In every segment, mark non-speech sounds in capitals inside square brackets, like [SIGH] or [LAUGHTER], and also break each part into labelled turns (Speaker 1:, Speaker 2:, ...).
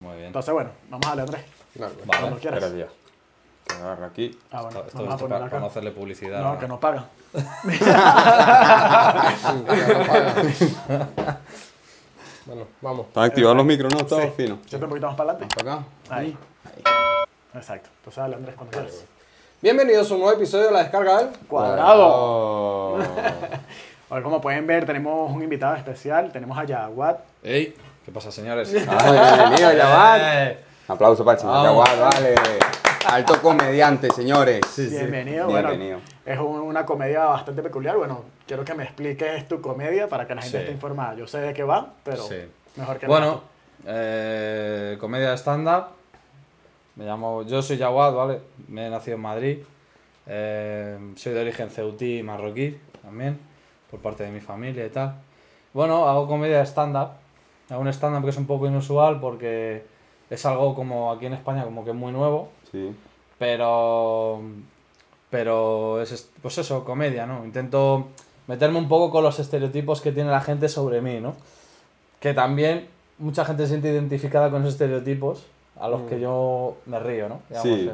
Speaker 1: Entonces, bueno, vamos a la 3.
Speaker 2: No, no.
Speaker 1: Cuando
Speaker 3: Vale,
Speaker 1: quieras.
Speaker 3: espera ya. Que me agarre aquí.
Speaker 1: Ah, bueno,
Speaker 3: Esto- esto-
Speaker 1: vamos a
Speaker 3: esto
Speaker 1: poner
Speaker 3: para,
Speaker 1: acá.
Speaker 3: para no hacerle publicidad.
Speaker 1: No, que no paga.
Speaker 2: bueno, vamos.
Speaker 4: Estás activado los micros, ¿no? Estaba fino.
Speaker 1: Siempre un poquito más para adelante.
Speaker 2: Para acá.
Speaker 1: Ahí. Exacto. Entonces, dale, Andrés, cuando quieras.
Speaker 2: Bienvenidos a un nuevo episodio de La Descarga ¿eh? del...
Speaker 1: Cuadrado.
Speaker 4: Oh.
Speaker 1: Hoy, como pueden ver, tenemos un invitado especial. Tenemos a Yaguat.
Speaker 3: ¡Ey! ¿Qué pasa, señores? [LAUGHS] Ah,
Speaker 4: Ay, bienvenido, Yabat.
Speaker 3: ¡Eh!
Speaker 4: Aplauso para el señor
Speaker 3: Vamos.
Speaker 4: Yabat, vale. Alto comediante, señores.
Speaker 1: Bienvenido.
Speaker 4: Bienvenido.
Speaker 1: Bueno, es un- una comedia bastante peculiar. Bueno, quiero que me expliques tu comedia para que la gente
Speaker 3: Sí.
Speaker 1: esté informada. Yo sé de qué va, pero
Speaker 3: Sí.
Speaker 1: mejor que
Speaker 3: Bueno, eh, comedia stand-up. Me llamo... Yo soy Yaguad, ¿vale? Me he nacido en Madrid. Eh, soy de origen ceutí y marroquí también, por parte de mi familia y tal. Bueno, hago comedia de stand-up. Hago un stand-up que es un poco inusual porque es algo como aquí en España como que es muy nuevo.
Speaker 4: Sí.
Speaker 3: pero pero es est- pues eso comedia no intento meterme un poco con los estereotipos que tiene la gente sobre mí no que también mucha gente se siente identificada con esos estereotipos a los que yo me río no
Speaker 4: Mm.
Speaker 3: eh,
Speaker 4: Sí.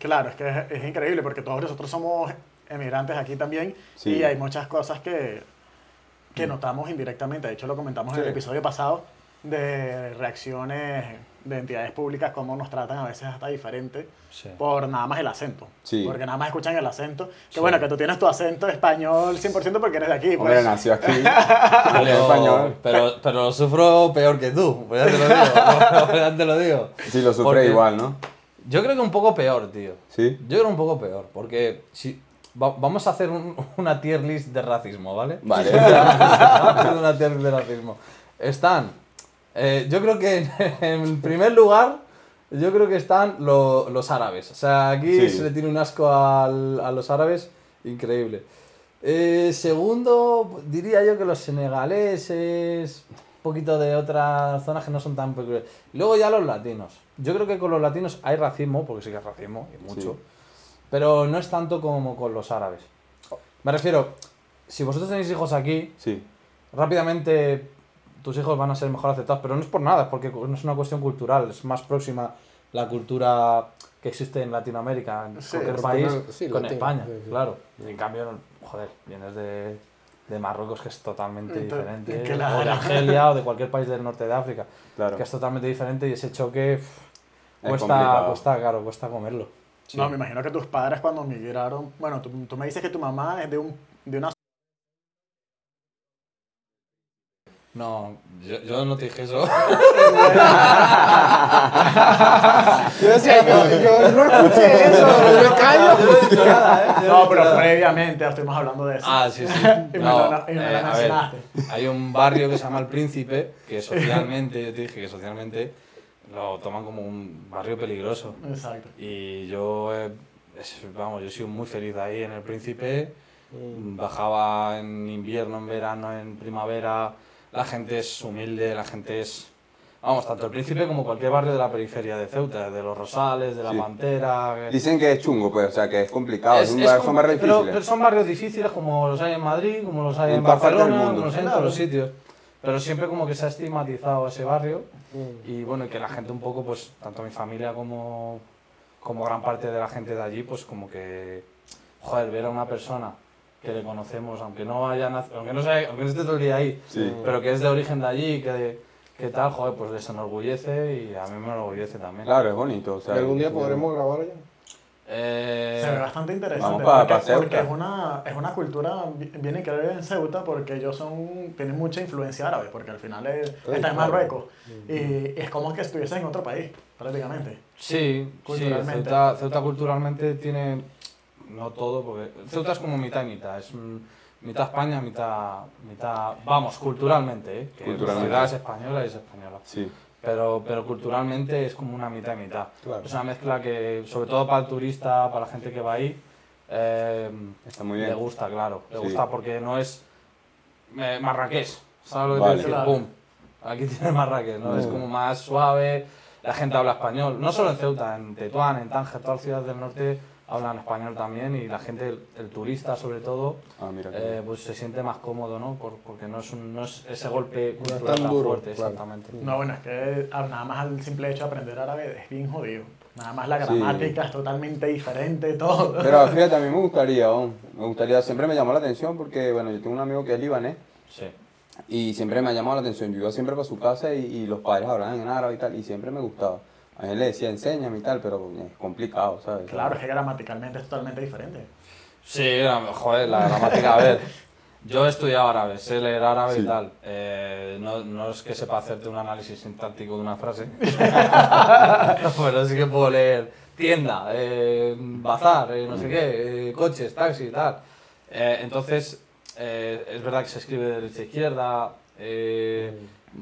Speaker 1: Claro, es que es, es increíble porque todos nosotros somos emigrantes aquí también
Speaker 4: Sí. Mm.
Speaker 1: y hay muchas cosas que, que notamos indirectamente. De hecho, lo comentamos en el
Speaker 2: Sí.
Speaker 1: episodio pasado de reacciones de entidades públicas, cómo nos tratan a veces hasta diferente
Speaker 3: sí.
Speaker 1: por nada más el acento.
Speaker 4: Sí.
Speaker 1: Porque nada más escuchan el acento. Que
Speaker 3: Sí.
Speaker 1: bueno, que tú tienes tu acento español 100% porque eres de aquí.
Speaker 4: Hombre,
Speaker 1: Pues. [LAUGHS]
Speaker 4: nació aquí. Habla
Speaker 3: [LAUGHS] Pero,
Speaker 4: español.
Speaker 3: pero, pero lo sufro peor que tú, pues ya te lo digo. [LAUGHS] pues ya te lo digo.
Speaker 4: Sí, lo sufre
Speaker 3: Porque-
Speaker 4: igual, ¿no?
Speaker 3: Yo creo que un poco peor, tío.
Speaker 4: Sí.
Speaker 3: Yo creo un poco peor, porque si va- vamos a hacer un- una tier list de racismo, ¿vale?
Speaker 4: Vale.
Speaker 3: Vamos a hacer una tier list de racismo. Están, eh, yo creo que en, en primer lugar, yo creo que están lo- los árabes. O sea, aquí
Speaker 4: Sí.
Speaker 3: se le tiene un asco al- a los árabes increíble. Eh, segundo, diría yo que los senegaleses, un poquito de otras zonas que no son tan peculiares. Luego ya los latinos. Yo creo que con los latinos hay racismo, porque sí que es racismo, y mucho.
Speaker 4: Sí.
Speaker 3: Pero no es tanto como con los árabes. Me refiero, si vosotros tenéis hijos aquí,
Speaker 4: Sí.
Speaker 3: rápidamente tus hijos van a ser mejor aceptados, pero no es por nada, es porque no es una cuestión cultural, es más próxima la cultura que existe en Latinoamérica, en
Speaker 1: Sí,
Speaker 3: cualquier
Speaker 2: porque
Speaker 3: país,
Speaker 2: no- sí,
Speaker 3: con
Speaker 2: latino,
Speaker 3: España,
Speaker 2: sí, sí.
Speaker 3: claro. Y en cambio, no- joder, vienes de, de Marruecos, que es totalmente
Speaker 1: Ento-
Speaker 3: diferente,
Speaker 1: claro.
Speaker 3: o de Argelia, o de cualquier país del norte de África,
Speaker 4: Claro.
Speaker 3: que es totalmente diferente, y ese choque pff,
Speaker 4: Es
Speaker 3: cuesta,
Speaker 4: complicado.
Speaker 3: cuesta, claro, cuesta comerlo.
Speaker 1: No, me imagino que tus padres cuando migraron, bueno, tú, tú me dices que tu mamá es de, un, de una...
Speaker 3: No, yo, yo no te dije
Speaker 2: [LAUGHS]
Speaker 3: eso. [LAUGHS]
Speaker 2: Yo decía, yo, yo no escuché eso, yo me callo.
Speaker 3: Yo no he dicho nada, ¿eh? Yo no he
Speaker 1: No,
Speaker 3: dicho
Speaker 1: pero
Speaker 3: nada.
Speaker 1: previamente estuvimos hablando de eso.
Speaker 3: Ah, sí, [LAUGHS] sí.
Speaker 1: Y me
Speaker 3: No,
Speaker 1: lo- y me lo
Speaker 3: eh, a ver,
Speaker 1: mencionaste.
Speaker 3: hay un barrio que se llama El Príncipe, que socialmente, yo te dije que socialmente lo toman como un barrio peligroso.
Speaker 1: Exacto.
Speaker 3: Y yo, eh, es- vamos, yo he sido muy feliz ahí en El Príncipe. Bajaba en invierno, en verano, en primavera. La gente es humilde, la gente es... Vamos, tanto El Príncipe como cualquier barrio de la periferia de Ceuta, de Los Rosales, de La
Speaker 4: Sí.
Speaker 3: Pantera... que-
Speaker 4: Dicen que es chungo, pues, o sea, que es complicado. Es, un
Speaker 3: es
Speaker 4: lugar,
Speaker 3: como-
Speaker 4: son barrios
Speaker 3: pero,
Speaker 4: difíciles.
Speaker 3: pero son barrios difíciles como los hay en Madrid, como los hay en,
Speaker 4: ¿eh? En todas partes del
Speaker 3: Barcelona,
Speaker 4: mundo.
Speaker 3: como los hay en
Speaker 1: Claro.
Speaker 3: todos los sitios. Pero siempre como que se ha estigmatizado ese barrio y bueno, y que la gente un poco, pues tanto mi familia como, como gran parte de la gente de allí, pues como que, joder, ver a una persona que le conocemos, aunque no haya nac- aunque no, sea, aunque no esté todo el día ahí,
Speaker 4: Sí.
Speaker 3: pero que es de origen de allí, que, que tal, joder, pues les enorgullece y a mí me enorgullece también.
Speaker 4: Claro, es bonito. O sea,
Speaker 2: Algún día
Speaker 4: sí.
Speaker 2: podremos grabar allá.
Speaker 3: Eh,
Speaker 1: Se ve bastante interesante.
Speaker 4: Vamos pa-
Speaker 1: porque
Speaker 4: pa Ceuta.
Speaker 1: porque es, una, es una cultura bi- bien increíble en Ceuta porque ellos son, tienen mucha influencia árabe, porque al final es, está en
Speaker 2: claro.
Speaker 1: Marruecos. Y es como que estuviesen en otro país, prácticamente.
Speaker 3: Sí,
Speaker 1: Culturalmente.
Speaker 3: sí, Ceuta, Ceuta culturalmente tiene, no todo, porque Ceuta es como mitad y mitad, es mm, mitad España, mitad, mitad, vamos, culturalmente, ¿eh? que
Speaker 4: Culturalmente.
Speaker 3: la ciudad es española y es española,
Speaker 4: Sí.
Speaker 3: pero, pero culturalmente es como una mitad y mitad,
Speaker 2: Claro.
Speaker 3: es una mezcla que, sobre todo para el turista, para la gente que va ahí, eh,
Speaker 4: Está muy bien.
Speaker 3: le gusta, claro, le
Speaker 4: Sí.
Speaker 3: gusta porque no es eh, marrakech, ¿sabes lo que
Speaker 4: Vale.
Speaker 3: te quiero decir?
Speaker 1: Claro.
Speaker 3: Pum, aquí tiene Marrakech, ¿no? Es como más suave, la gente habla español, no solo en Ceuta, en Tetuán, en Tánger, todas las ciudades del norte hablan español también y la gente, el, el turista sobre todo,
Speaker 4: Ah, mira. qué
Speaker 3: eh,
Speaker 4: bien.
Speaker 3: pues se siente más cómodo, ¿no? Por- porque no es, un- no es ese golpe
Speaker 2: es tan
Speaker 3: cultural tan
Speaker 2: duro,
Speaker 3: fuerte,
Speaker 2: claro.
Speaker 3: exactamente.
Speaker 1: No, bueno, es que ah, nada más el simple hecho de aprender árabe es bien jodido. Nada más la gramática es totalmente diferente, todo.
Speaker 4: Pero fíjate, a mí me gustaría, oh, me gustaría, siempre me llamó la atención porque, bueno, yo tengo un amigo que es libanés
Speaker 3: Sí.
Speaker 4: y siempre me ha llamado la atención. Yo iba siempre para su casa y, y los padres hablaban en árabe y tal, y siempre me gustaba. A él le decía, enséñame y tal, pero es complicado, ¿sabes?
Speaker 1: Claro, es que gramaticalmente es totalmente diferente.
Speaker 3: Sí, la- joder, la gramática, a ver. Yo he estudiado árabe, sé leer árabe y tal. Eh, no, no es que sepa hacerte un análisis sintáctico de una frase. pero sí que puedo leer tienda, eh, bazar, eh, no sé qué, eh, coches, taxi y tal. Eh, entonces, eh, es verdad que se escribe de derecha a izquierda. eh,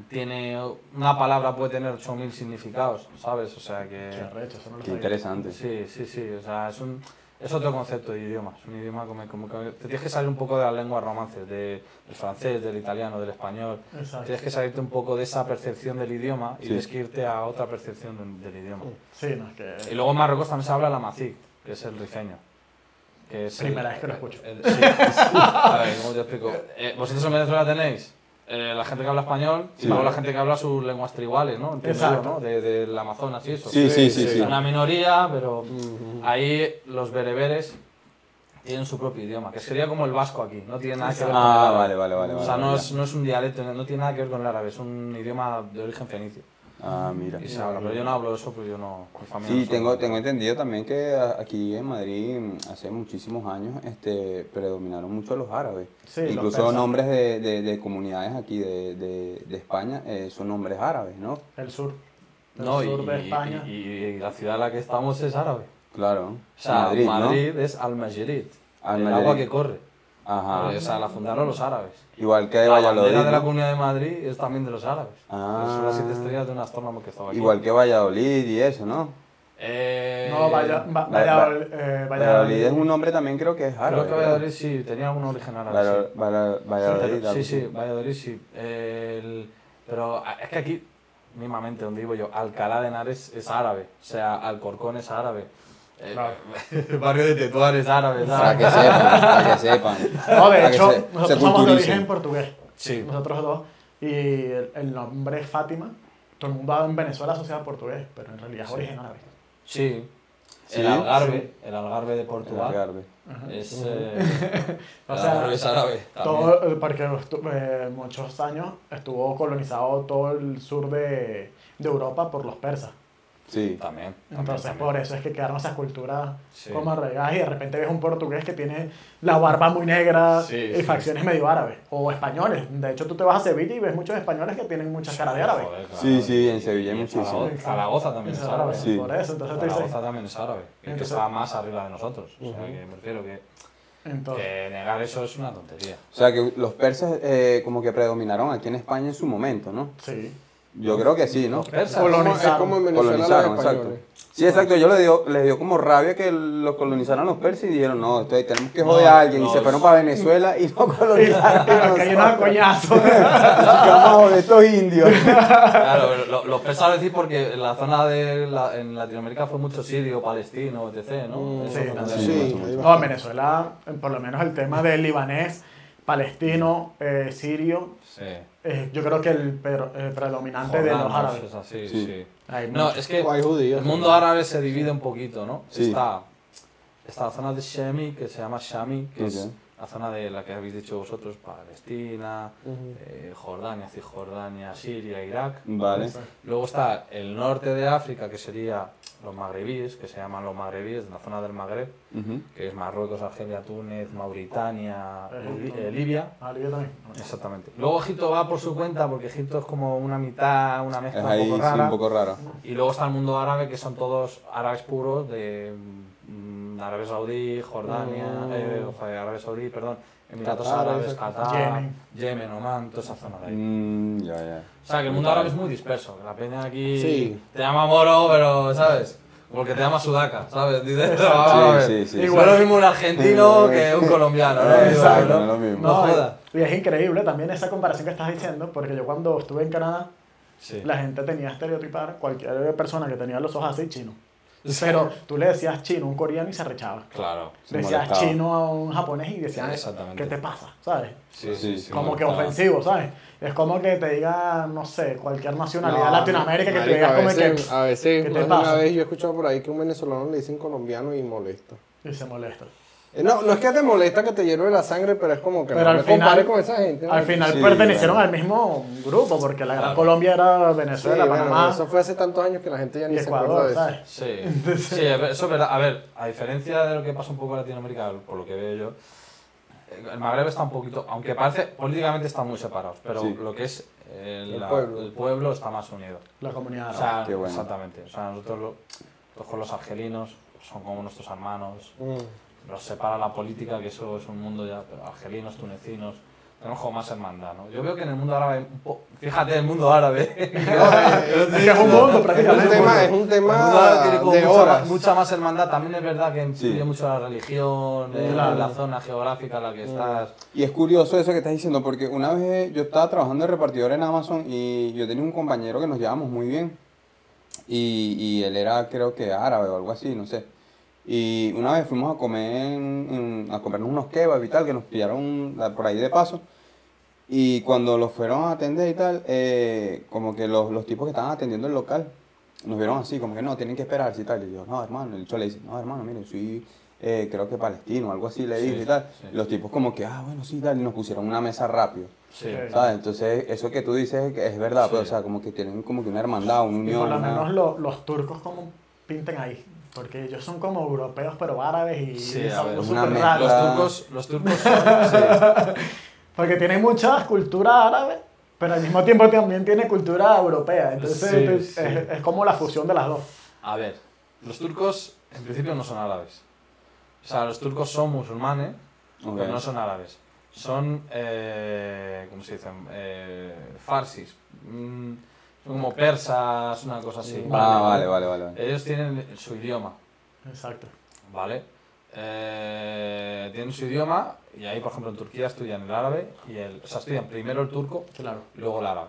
Speaker 3: tiene una palabra puede tener 8.000 significados, ¿sabes? O sea que...
Speaker 1: Qué arrecho, eso no lo
Speaker 4: Qué
Speaker 1: sabía.
Speaker 4: interesante.
Speaker 3: Sí, sí, sí. O sea, es, un, es otro concepto de idioma. Es un idioma como, como que te tienes que salir un poco de las lenguas romances, de- del francés, del italiano, del español.
Speaker 1: Exacto.
Speaker 3: Tienes que salirte un poco de esa percepción del idioma y
Speaker 4: Sí.
Speaker 3: tienes que irte a otra percepción del- del idioma.
Speaker 1: Sí, no, es
Speaker 3: Y
Speaker 1: que.
Speaker 3: luego en Marruecos también se habla la macic, que es el rifeño. Que es el-
Speaker 1: Primera vez que lo escucho.
Speaker 3: el- sí. A ver, ¿cómo te explico? Eh, vosotros en Venezuela tenéis eh, la gente que habla español y
Speaker 4: Sí.
Speaker 3: luego la gente que habla sus lenguas tribales, ¿no? Entiendo yo,
Speaker 1: Exacto.
Speaker 3: ¿no? De- del Amazonas y eso.
Speaker 4: Sí, sí, sí, sí.
Speaker 3: Una minoría, pero ahí los bereberes tienen su propio idioma, que sería como el vasco aquí, no tiene nada que ver con el
Speaker 4: Ah,
Speaker 3: árabe.
Speaker 4: vale, vale, vale.
Speaker 3: O sea,
Speaker 4: vale,
Speaker 3: no
Speaker 4: ya.
Speaker 3: es, no es un dialecto, no tiene nada que ver con el árabe, es un idioma de origen fenicio.
Speaker 4: Ah, mira.
Speaker 3: Y se habla, pero yo no hablo de eso porque yo no. mi familia
Speaker 4: Sí,
Speaker 3: no
Speaker 4: tengo,
Speaker 3: sabe.
Speaker 4: tengo entendido también que a- aquí en Madrid mm, hace muchísimos años este, predominaron mucho los árabes.
Speaker 1: Sí, los
Speaker 4: Incluso
Speaker 1: persas.
Speaker 4: nombres de, de- de comunidades aquí de, de- de España eh, son nombres árabes, ¿no?
Speaker 1: El sur. El
Speaker 3: No, y,
Speaker 1: sur de España.
Speaker 3: y- y la ciudad en la que estamos es árabe.
Speaker 4: Claro.
Speaker 3: O sea, Madrid,
Speaker 4: Madrid, ¿no?
Speaker 3: es Al-Majirid, el
Speaker 4: Al-Majirid.
Speaker 3: agua que corre. Pues,
Speaker 4: Ajá.
Speaker 3: O sea, la fundaron los árabes.
Speaker 4: Igual que
Speaker 3: La
Speaker 4: Ah. Valladolid.
Speaker 3: bandera de la
Speaker 4: ¿no?
Speaker 3: Comunidad de Madrid es también de los árabes.
Speaker 4: Ah.
Speaker 3: Es una siete estrellas de un astrónomo que estaba aquí.
Speaker 4: Igual que Valladolid y eso, ¿no?
Speaker 3: Eh,
Speaker 1: no, vaya, va-
Speaker 4: Va-
Speaker 1: Valladolid-
Speaker 4: Va-
Speaker 1: eh,
Speaker 4: Valladolid
Speaker 1: Valladolid.
Speaker 4: es un nombre también creo que es árabe.
Speaker 3: Creo que Valladolid sí, tenía un origen árabe. sí.
Speaker 4: Valladolid. Valladolid.
Speaker 3: Sí,
Speaker 4: algo
Speaker 3: sí,
Speaker 4: así.
Speaker 3: Valladolid sí. El- pero ah, es que aquí, mismamente, donde vivo yo, Alcalá de Henares es árabe. O sea, Alcorcón es árabe. Eh,
Speaker 1: Claro.
Speaker 3: el [LAUGHS] barrio de Tetuán es árabe.
Speaker 4: Para
Speaker 3: ¿sabes?
Speaker 4: que sepan, para
Speaker 1: [LAUGHS]
Speaker 4: que sepan.
Speaker 1: No, de
Speaker 4: para que
Speaker 1: hecho,
Speaker 4: se- se,
Speaker 1: nosotros somos de
Speaker 4: culturicen.
Speaker 1: origen portugués.
Speaker 3: Sí.
Speaker 1: Nosotros dos. Y el, el nombre es Fátima. Todo el mundo en Venezuela asocia a portugués, pero en realidad es origen árabe.
Speaker 3: Sí.
Speaker 4: Sí.
Speaker 3: El Algarve, el Algarve de Portugal.
Speaker 4: Algarve.
Speaker 3: Es, eh,
Speaker 1: [LAUGHS] O
Speaker 3: el
Speaker 1: sea,
Speaker 3: Algarve es árabe. también.
Speaker 1: Todo, eh, porque estu- eh, muchos años estuvo colonizado todo el sur de, de Europa por los persas.
Speaker 4: Sí.
Speaker 3: También. también,
Speaker 1: Entonces,
Speaker 3: también.
Speaker 1: por eso es que quedaron esas culturas
Speaker 3: Sí.
Speaker 1: como arraigadas y de repente ves un portugués que tiene la barba muy negra
Speaker 3: Sí,
Speaker 1: y
Speaker 3: sí.
Speaker 1: facciones medio árabes. O españoles. De hecho, tú te vas a Sevilla y ves muchos españoles que tienen muchas caras de árabe.
Speaker 3: Joder, claro.
Speaker 4: Sí, sí, en Sevilla hay
Speaker 3: Y en
Speaker 4: muchísimo.
Speaker 3: Zaragoza, Zaragoza también es
Speaker 1: Eso,
Speaker 3: árabe.
Speaker 4: Sí.
Speaker 1: Por eso, entonces tú dices,
Speaker 3: Zaragoza también es árabe. y que
Speaker 1: Entonces-
Speaker 3: está más arriba de nosotros. O sea, que me refiero que,
Speaker 1: entonces,
Speaker 3: que negar eso es una
Speaker 1: [LAUGHS]
Speaker 3: tontería.
Speaker 4: O sea que los persas eh, como que predominaron aquí en España en su momento, ¿no?
Speaker 1: sí.
Speaker 4: Yo creo que sí, ¿no?
Speaker 3: Los persas.
Speaker 2: Es como en Venezuela los
Speaker 4: Colonizaron, exacto.
Speaker 2: españoles.
Speaker 4: Sí, exacto. Yo les dio, les dio como rabia que los colonizaron los persas y dijeron, no, esto hay- tenemos que
Speaker 3: No,
Speaker 4: joder a alguien. Y se
Speaker 3: los-
Speaker 4: fueron para Venezuela y no
Speaker 1: [LAUGHS] Y
Speaker 4: colonizaron. a
Speaker 1: nos cayeron a
Speaker 4: nosotros. [LAUGHS]
Speaker 1: coñazo.
Speaker 4: Así que vamos a joder estos indios.
Speaker 3: Claro, lo- los persas lo decís porque en la zona de la- en Latinoamérica fue mucho sirio, palestino, etc. ¿no? Eso
Speaker 1: Mm, sí,
Speaker 3: fue
Speaker 1: sí.
Speaker 3: cuando-
Speaker 2: Mm. Sí, ahí
Speaker 1: No,
Speaker 2: va.
Speaker 1: en Venezuela, eh, por lo menos el tema del libanés, palestino, eh, sirio,
Speaker 3: Sí.
Speaker 1: eh, yo creo que el, per- el predominante de los
Speaker 3: Jordanos,
Speaker 1: árabes.
Speaker 3: es así,
Speaker 4: Sí.
Speaker 3: sí.
Speaker 1: Hay
Speaker 3: No,
Speaker 1: muchos.
Speaker 3: es que
Speaker 2: O hay judíos.
Speaker 3: el mundo árabe se divide un poquito, ¿no?
Speaker 4: Sí.
Speaker 3: Está, está la zona de Shemi, que se llama Shami, que es
Speaker 4: Ok.
Speaker 3: la zona de la que habéis dicho vosotros, Palestina, eh, Jordania, Cisjordania, Siria, Irak.
Speaker 4: Vale.
Speaker 3: Luego está el norte de África, que sería los magrebíes, que se llaman los magrebíes, la zona del Magreb,
Speaker 4: Ujú.
Speaker 3: que es Marruecos, Argelia, Túnez, Mauritania,
Speaker 1: Egipto.
Speaker 3: Li- eh, Libia.
Speaker 1: Ah, Libia también.
Speaker 3: Exactamente. Luego Egipto va por su cuenta, porque Egipto es como una mitad, una
Speaker 4: Es
Speaker 3: mezcla un
Speaker 4: ahí sí,
Speaker 3: poco rara.
Speaker 4: un poco raro.
Speaker 3: Y luego está el mundo árabe, que son todos árabes puros de mm, Arabia Saudí, Jordania,
Speaker 2: Mm.
Speaker 3: eh, joder, Arabia Saudí, perdón, Emiratos
Speaker 2: Qatar,
Speaker 3: Árabes,
Speaker 2: esa-
Speaker 3: Qatar,
Speaker 1: Yemen.
Speaker 3: Yemen. Oman, toda esa zona de ahí.
Speaker 4: Mm, ya, ya.
Speaker 3: O sea, que el mundo árabe es muy disperso. que La peña aquí
Speaker 2: Sí.
Speaker 3: te llama moro, pero, ¿sabes? Porque te llama sudaca, ¿sabes? [LAUGHS] Dices,
Speaker 4: Sí,
Speaker 3: sí,
Speaker 4: sí, sí.
Speaker 1: Igual-
Speaker 3: No es lo mismo un argentino que un colombiano, ¿no?
Speaker 4: Exacto,
Speaker 3: Digo,
Speaker 4: no es lo
Speaker 3: No
Speaker 4: mismo.
Speaker 1: No,
Speaker 3: jodas.
Speaker 1: y es increíble también esa comparación que estás diciendo, porque yo cuando estuve en Canadá,
Speaker 3: Sí.
Speaker 1: la gente tenía estereotipar cualquier persona que tenía los ojos así chino. Pero tú le decías chino a un coreano y se rechaba.
Speaker 3: Claro.
Speaker 4: Se
Speaker 1: Decías
Speaker 4: molestaba.
Speaker 1: chino a un japonés y decían,
Speaker 3: Exactamente.
Speaker 1: ¿qué te pasa? ¿Sabes?
Speaker 3: Sí,
Speaker 4: Sí,
Speaker 3: sí,
Speaker 4: sí.
Speaker 3: sí.
Speaker 1: como que
Speaker 4: molestaba.
Speaker 1: ofensivo, ¿sabes? Es como que te diga, no sé, cualquier nacionalidad
Speaker 2: No,
Speaker 1: de Latinoamérica que te
Speaker 2: marico,
Speaker 1: digas
Speaker 2: a
Speaker 1: como
Speaker 2: veces,
Speaker 1: que
Speaker 2: a veces,
Speaker 1: ¿qué te
Speaker 2: más de
Speaker 1: pasa?
Speaker 2: una vez yo he escuchado por ahí que un venezolano le dicen colombiano y molesta.
Speaker 1: y se molesta.
Speaker 2: Eh, No, no es que te molesta que te hierve la sangre, pero es como que
Speaker 1: Pero
Speaker 2: no
Speaker 1: al
Speaker 2: me
Speaker 1: final-
Speaker 2: compare con esa gente.
Speaker 1: Al
Speaker 2: ¿no?
Speaker 1: final
Speaker 4: Sí,
Speaker 1: pertenecieron
Speaker 4: claro.
Speaker 1: al mismo grupo, porque la Gran Colombia era
Speaker 2: Sí,
Speaker 1: Venezuela,
Speaker 2: bueno,
Speaker 1: Panamá
Speaker 2: eso fue hace tantos años que la gente ya
Speaker 1: y
Speaker 2: ni se acuerda
Speaker 1: Ecuador,
Speaker 2: de eso.
Speaker 1: ¿sabes?
Speaker 3: Sí, sí, a ver, eso es verdad. A ver, a diferencia de lo que pasa un poco en Latinoamérica, por lo que veo yo, el Magreb está un poquito, aunque parece, políticamente están muy separados, pero
Speaker 4: Sí.
Speaker 3: lo que es eh,
Speaker 2: El
Speaker 3: la-
Speaker 2: pueblo.
Speaker 3: el pueblo está más unido.
Speaker 1: La comunidad
Speaker 3: O
Speaker 1: árabe.
Speaker 3: sea,
Speaker 4: Qué bueno.
Speaker 3: exactamente. O sea, nosotros, lo- nosotros con los argelinos son como nuestros hermanos.
Speaker 2: Mm,
Speaker 3: Nos separa la política, que eso es un mundo ya. Pero argelinos, tunecinos. Tenemos como más hermandad, ¿no? Yo veo que en el mundo árabe. un po- Fíjate, el mundo
Speaker 2: [LAUGHS]
Speaker 3: árabe. [LAUGHS]
Speaker 1: Es
Speaker 2: eh,
Speaker 1: que es un mundo
Speaker 2: Es un
Speaker 1: prácticamente.
Speaker 2: tema, es un
Speaker 3: El mundo árabe
Speaker 2: tema
Speaker 3: tiene como
Speaker 2: de
Speaker 3: mucha,
Speaker 2: horas.
Speaker 3: Más, mucha más hermandad. También es verdad que influye
Speaker 4: Sí.
Speaker 3: mucho la religión, eh,
Speaker 1: Claro.
Speaker 3: la zona geográfica en la que
Speaker 2: Mm.
Speaker 3: estás.
Speaker 4: Y es curioso eso que estás diciendo, porque una vez yo estaba trabajando de repartidor en Amazon y yo tenía un compañero que nos llevábamos muy bien. Y, y él era, creo que árabe o algo así, no sé. Y una vez fuimos a comer, en- en- a comprarnos unos kebabs y tal, que nos pillaron la- por ahí de paso. Y cuando los fueron a atender y tal, eh, como que los, los tipos que estaban atendiendo el local nos vieron así, como que no, tienen que esperarse y tal. Y yo, no, hermano, el bicho le dice, no, hermano, miren, soy, eh, creo que palestino, algo así le
Speaker 3: Sí,
Speaker 4: dije y tal.
Speaker 3: sí.
Speaker 4: Los tipos como que, ah, bueno, sí, tal, y nos pusieron una mesa rápido.
Speaker 3: Sí.
Speaker 1: Sí.
Speaker 4: ¿Sabes? Entonces, eso que tú dices que es verdad, pero, o
Speaker 3: Sí.
Speaker 4: sea, como que tienen como que una hermandad, una
Speaker 1: Y
Speaker 4: unión.
Speaker 1: por lo
Speaker 4: una-
Speaker 1: menos lo- los turcos como pintan ahí. Porque ellos son como europeos pero árabes y
Speaker 3: Sí, a
Speaker 1: son
Speaker 3: ver,
Speaker 1: súper
Speaker 4: una mezcla.
Speaker 1: raros.
Speaker 3: Los turcos, los turcos son.
Speaker 2: [LAUGHS]
Speaker 3: sí.
Speaker 1: Porque tienen mucha cultura árabe, pero al mismo tiempo también tiene cultura europea. Entonces
Speaker 3: Sí,
Speaker 1: te-
Speaker 3: sí.
Speaker 1: Es, es como la fusión de las dos.
Speaker 3: A ver, los turcos en principio no son árabes. O sea, los turcos son musulmanes,
Speaker 4: Ok.
Speaker 3: pero no son árabes. Son, eh, ¿cómo se dicen? Eh, farsis. Mm, son como persas, una cosa así.
Speaker 4: Ah,
Speaker 3: ¿eh?
Speaker 4: vale, vale, vale. vale.
Speaker 3: Ellos tienen su idioma,
Speaker 1: Exacto.
Speaker 3: ¿vale? Eh, tienen su idioma y ahí, por ejemplo, en Turquía estudian el árabe y el... O sea, estudian primero el turco
Speaker 1: Claro.
Speaker 3: y luego el árabe.